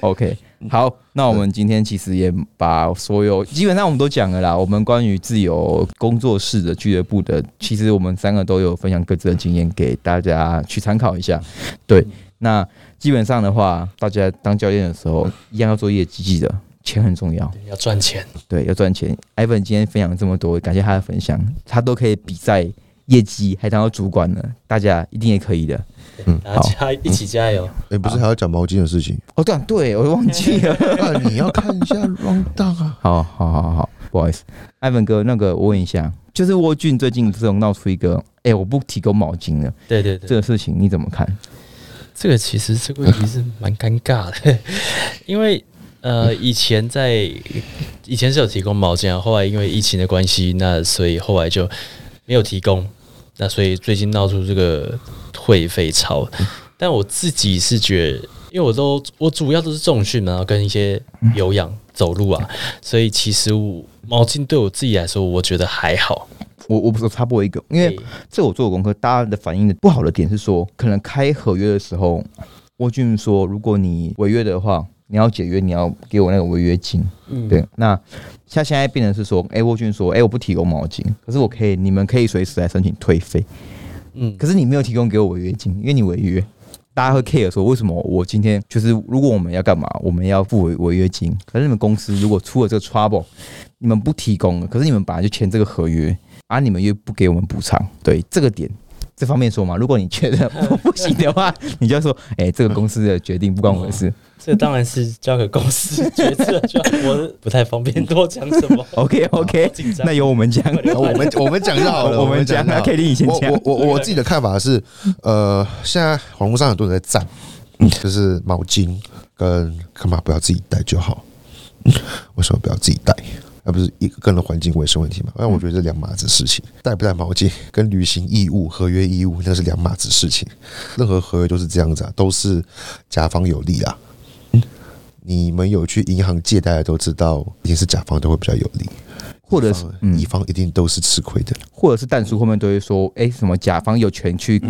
[SPEAKER 1] ？OK，好，那我们今天其实也把所有基本上我们都讲了啦。我们关于自由工作室的俱乐部的，其实我们三个都有分享各自的经验给大家去参考一下。对，那基本上的话，大家当教练的时候一样要做业绩的，钱很重要。
[SPEAKER 3] 要赚钱，
[SPEAKER 1] 对，要赚钱。Ivan 今天分享这么多，感谢他的分享，他都可以比赛业绩，还当到主管了，大家一定也可以的。
[SPEAKER 3] 大家一起加油。
[SPEAKER 2] 哎、不是还要讲毛巾的事情？
[SPEAKER 1] 哦，对、啊、对，我忘记了。
[SPEAKER 2] 那啊你要看一下 round down 啊。
[SPEAKER 1] 好好好好，不好意思，艾文哥，那个我问一下，就是沃俊最近这种闹出一个，哎、我不提供毛巾了
[SPEAKER 3] 对对对，
[SPEAKER 1] 这个事情，你怎么看？
[SPEAKER 3] 这个其实这个问题是蛮尴尬的， 因为呃，以前在以前是有提供毛巾啊，后来因为疫情的关系，那所以后来就没有提供，那所以最近闹出这个退费潮。但我自己是觉得，因为我都我主要都是重训嘛，然后跟一些有氧、走路啊，所以其实我毛巾对我自己来说，我觉得还好。
[SPEAKER 1] 我我我插播一个，因为
[SPEAKER 3] 对
[SPEAKER 1] 这我做过功课，大家的反应的不好的点是说，可能开合约的时候，沃俊说，如果你违约的话，你要解约，你要给我那个违约金。
[SPEAKER 3] 嗯
[SPEAKER 1] 对，那像现在变成是说，哎、沃俊说，哎、我不提供毛巾，可是我可以，你们可以随时来申请退费，
[SPEAKER 3] 嗯，
[SPEAKER 1] 可是你没有提供给我违约金，因为你违约。大家会 care 说，为什么我今天就是如果我们要干嘛，我们要付违违约金？可是你们公司如果出了这个 trouble，你们不提供了，可是你们本来就签这个合约，啊，你们又不给我们补偿，对这个点。这方面说嘛，如果你觉 得我不行的话，你就说，哎、这个公司的决定不关我的事。
[SPEAKER 3] 这当然是交给公司决策，就 我不太方便多讲什 么。
[SPEAKER 1] OK OK，
[SPEAKER 3] 哦紧张
[SPEAKER 1] 那由我们讲。
[SPEAKER 2] 然后我们 我们讲就好了，
[SPEAKER 1] 我们
[SPEAKER 2] 讲啊
[SPEAKER 1] 讲
[SPEAKER 2] 就好
[SPEAKER 1] 那 Kelly 你先讲
[SPEAKER 2] 我我我我自己的看法是，呃，现在网络上很多人在赞，
[SPEAKER 1] 嗯
[SPEAKER 2] 就是毛巾跟干嘛不要自己带就好， 为什么不要自己带？而不是一个个人的环境卫生问题嘛？但我
[SPEAKER 1] 嗯
[SPEAKER 2] 觉得这两码子事情，带不带毛巾跟履行义务、合约义务那是两码子事情。任何合约都是这样子啊，都是甲方有利啊。
[SPEAKER 1] 嗯
[SPEAKER 2] 你们有去银行借贷的都知道，一定是甲方都会比较有利，
[SPEAKER 1] 或者是嗯
[SPEAKER 2] 乙方一定都是吃亏的。
[SPEAKER 1] 或者是蛋叔后面都会说，哎、什么甲方有权去，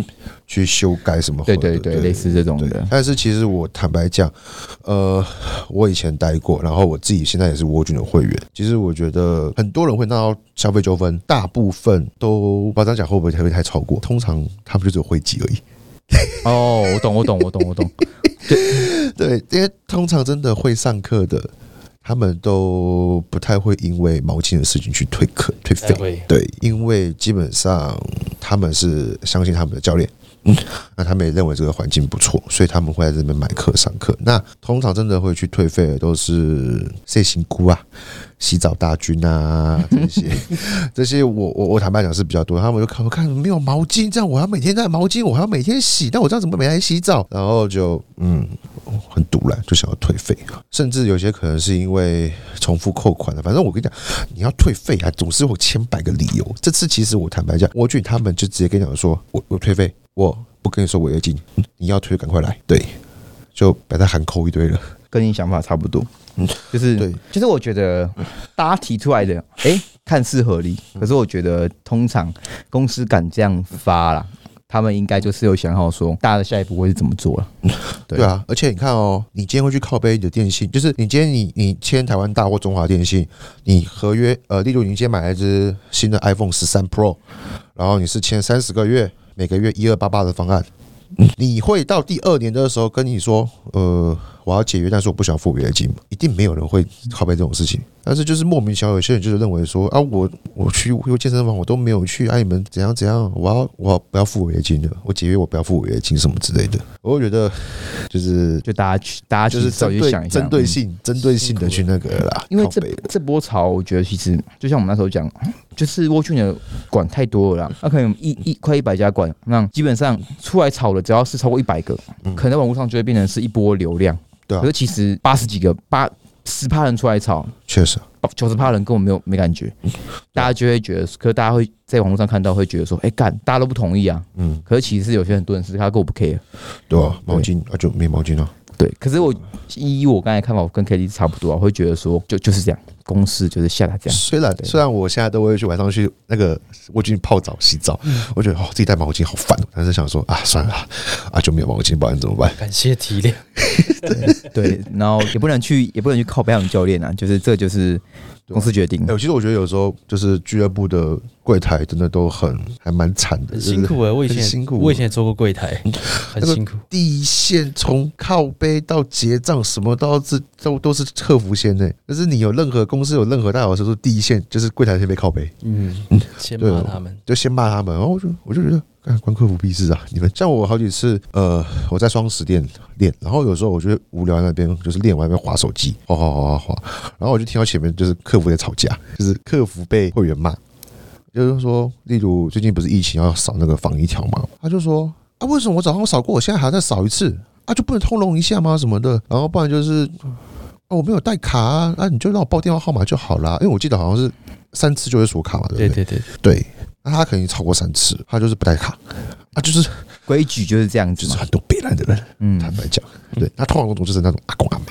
[SPEAKER 2] 去修改什么合
[SPEAKER 1] 对
[SPEAKER 2] 约，
[SPEAKER 1] 对对，啊类似这种的，
[SPEAKER 2] 但是其实我坦白讲，呃，我以前待过，然后我自己现在也是沃君的会员。其实我觉得很多人会闹到消费纠纷，大部分都不知道这样讲会不会会不会太超过，通常他们就只有会籍而已。
[SPEAKER 1] 哦，我懂，我懂，我懂，我懂。
[SPEAKER 2] 对，因为通常真的会上课的，他们都不太会因为毛巾的事情去退课退
[SPEAKER 3] 不太
[SPEAKER 2] 费
[SPEAKER 3] 会。
[SPEAKER 2] 对，因为基本上他们是相信他们的教练。嗯，那他们也认为这个环境不错，所以他们会在这边买课上课。那通常真的会去退费的都是 C 型菇啊、 洗澡大军啊这些，这些我我我坦白讲是比较多。他们就看我看没有毛巾，这样我要每天带毛巾，我还要每天洗，那我这样怎么每天洗澡？然后就嗯，很堵然，就想要退费，甚至有些可能是因为重复扣款的。反正我跟你讲，你要退费啊，总是有千百个理由。这次其实我坦白讲，我俊他们就直接跟你讲说，我我退费，我不跟你说违约金，你要退赶快来，对，就把他喊扣一堆了。
[SPEAKER 1] 跟你想法差不多。嗯
[SPEAKER 2] 嗯，
[SPEAKER 1] 就是
[SPEAKER 2] 对
[SPEAKER 1] 就是我觉得大家提出来的，哎、看似合理，可是我觉得通常公司敢这样发啦，他们应该就是有想好说，大家的下一步会是怎么做了。对
[SPEAKER 2] 对啊，而且你看哦，你今天会去靠背你的电信，就是你今天你你签台湾大或中华电信，你合约呃，例如你今天买了一只新的 iPhone 十三 Pro，然后你是签三十个月，每个月一二八八的方案，你会到第二年的时候跟你说，呃，我要解约，但是我不想付违约金，一定没有人会靠背这种事情。但是就是莫名其妙，有些人就是认为说啊，我我去我健身房我都没有去，啊你们怎样怎样，我要我要不要付违约金的，我解约我不要付违约金什么之类的，我会觉得就是
[SPEAKER 1] 就大家去，大家
[SPEAKER 2] 就
[SPEAKER 1] 去
[SPEAKER 2] 是
[SPEAKER 1] 啊稍
[SPEAKER 2] 针
[SPEAKER 1] 微
[SPEAKER 2] 对
[SPEAKER 1] 想一下
[SPEAKER 2] 针对
[SPEAKER 1] 嗯
[SPEAKER 2] 性、针对性的去那个了啦，
[SPEAKER 1] 因为
[SPEAKER 2] 靠
[SPEAKER 1] 这
[SPEAKER 2] 北的
[SPEAKER 1] 这波潮，我觉得其实就像我们那时候讲，就是沃俊的管太多了啦，那、可能一一快一百家管，那基本上出来炒的，只要是超过一百个，可能在网络上就会变成是一波流量。
[SPEAKER 2] 嗯对啊
[SPEAKER 1] 可是其实八十几个八十趴人出来炒，
[SPEAKER 2] 确实
[SPEAKER 1] 九十趴人根本没有没感 觉，大家就会觉得，可是大家会在网络上看到会觉得说，哎、干，大家都不同意啊。
[SPEAKER 2] 嗯，
[SPEAKER 1] 可是其实有些很多人是他根本不 care。
[SPEAKER 2] 对吧、毛巾啊，就没毛巾了。
[SPEAKER 1] 对，可是我依我刚才看法，我跟 k d 差不多啊，我会觉得说，就就是这样，公式就是下来这样。
[SPEAKER 2] 虽然
[SPEAKER 1] 对
[SPEAKER 2] 虽然我现在都会去晚上去那个我去泡澡洗澡，
[SPEAKER 1] 嗯
[SPEAKER 2] 我觉得哦自己带毛巾好烦哦，但是想说啊算了啊就没有毛巾，不然怎么办？
[SPEAKER 3] 感谢体谅。
[SPEAKER 1] 对，然后也不能去，也不能去靠培养教练啊， 就是这就是公司决定
[SPEAKER 2] 哎、。其实我觉得有时候就是俱乐部的柜台真的都很还蛮惨的，
[SPEAKER 3] 很
[SPEAKER 2] 就是
[SPEAKER 3] 辛苦哎、我以前也
[SPEAKER 2] 很辛苦
[SPEAKER 3] 我以前也做过柜台，很辛苦。
[SPEAKER 2] 第一线从靠背到结账，什么都要自都都是客服先呢、但是你有任何公司有任何大小事，都第一线就是柜台先被靠背，
[SPEAKER 3] 嗯，先
[SPEAKER 2] 对
[SPEAKER 3] 骂
[SPEAKER 2] 哦
[SPEAKER 3] 他们。
[SPEAKER 2] 就先骂他们。哦然后我就我就觉得，干关客服屁事啊！你们像我好几次，呃，我在双十店练，然后有时候我就无聊在那边，就是练完那边划手机，划划划划划，然后我就听到前面就是客服在吵架，就是客服被会员骂，就是说，例如最近不是疫情要扫那个防疫条嘛，他就说啊，为什么我早上扫过，我现在还要再扫一次啊，就不能通融一下吗？什么的，然后不然就是。啊，我没有带卡啊，啊，你就让我报电话号码就好啦，因为我记得好像是三次就会锁卡嘛，对不
[SPEAKER 3] 对对对，
[SPEAKER 2] 对，那他可能超过三次，他就是不带卡，啊，就是
[SPEAKER 1] 规矩就是这样
[SPEAKER 2] 就
[SPEAKER 1] 子
[SPEAKER 2] 是啊
[SPEAKER 1] 嘛。
[SPEAKER 2] 很多北烂的人，
[SPEAKER 1] 嗯，
[SPEAKER 2] 坦白讲，对，那通常都是那种阿公阿妈，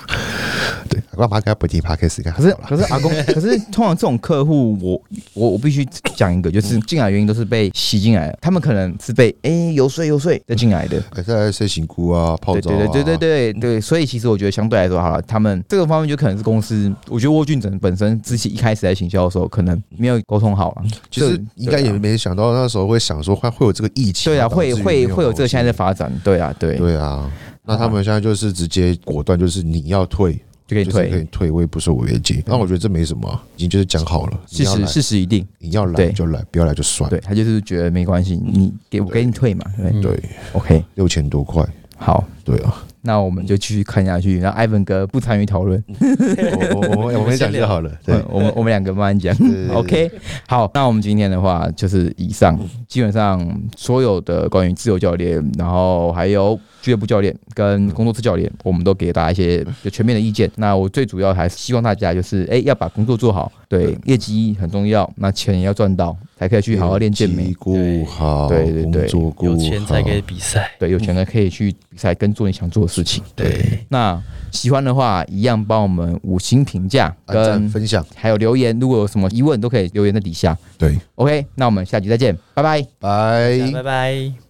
[SPEAKER 2] 对，阿公阿妈给他不听 p 开始看，
[SPEAKER 1] 可是可是阿公， 可是通常这种客户，我我我必须讲一个，就是进来的原因都是被吸进来的，他们可能是被哎、游说游说再进来的。
[SPEAKER 2] 还在谁辛苦啊，泡
[SPEAKER 1] 对
[SPEAKER 2] 澡啊，
[SPEAKER 1] 对对对对对对，所以其实我觉得相对来说，好了，他们这个方面就可能是公司，我觉得沃俊整本身之前一开始在行销的时候，可能没有沟通好了。啊
[SPEAKER 2] 其实应该也没想到那时候会想说会会有这个疫情，
[SPEAKER 1] 对啊，
[SPEAKER 2] 导致
[SPEAKER 1] 会
[SPEAKER 2] 于
[SPEAKER 1] 会
[SPEAKER 2] 没有
[SPEAKER 1] 会有这个现在的发展，对啊，对，
[SPEAKER 2] 对啊，那他们现在就是直接果断，就是你要退
[SPEAKER 1] 就可以
[SPEAKER 2] 就是可
[SPEAKER 1] 退
[SPEAKER 2] 以，退，我也不收违约金，那我觉得这没什么啊，已经就是讲好了，你
[SPEAKER 1] 事
[SPEAKER 2] 要
[SPEAKER 1] 实
[SPEAKER 2] 来啊
[SPEAKER 1] 事实一定，
[SPEAKER 2] 你要来
[SPEAKER 1] 对
[SPEAKER 2] 就来，不要来就算，
[SPEAKER 1] 对他就是觉得没关系，你给我给你退嘛，对
[SPEAKER 3] 嗯
[SPEAKER 2] 对，
[SPEAKER 1] ，OK，
[SPEAKER 2] 六千多块，
[SPEAKER 1] 好，
[SPEAKER 2] 对啊。
[SPEAKER 1] 那我们就继续看下去，然后艾文哥不参与讨论，
[SPEAKER 2] 我我我们我们讲就好了。对
[SPEAKER 1] 嗯，我们我们两个慢慢讲
[SPEAKER 2] 对对。对
[SPEAKER 1] OK，好，那我们今天的话就是以上，基本上所有的关于自由教练，然后还有俱乐部教练跟工作室教练，我们都给大家一些就全面的意见。那我最主要还是希望大家就是，哎、要把工作做好，对，业绩很重要，那钱也要赚到，才可以去好好练健美
[SPEAKER 2] 绩。顾好，
[SPEAKER 1] 对对对
[SPEAKER 2] 工作顾好
[SPEAKER 3] 有钱才可以比赛。
[SPEAKER 1] 对，有钱
[SPEAKER 2] 嗯
[SPEAKER 1] 了可以去比赛，跟做你想做的事情。
[SPEAKER 3] 对，
[SPEAKER 1] 那喜欢的话，一样帮我们五星评价
[SPEAKER 2] 按赞
[SPEAKER 1] 跟
[SPEAKER 2] 分享。
[SPEAKER 1] 还有留言，如果有什么疑问都可以留言在底下。
[SPEAKER 2] 对，
[SPEAKER 1] OK，那我们下集再见，拜拜。
[SPEAKER 2] 拜。
[SPEAKER 3] 拜拜。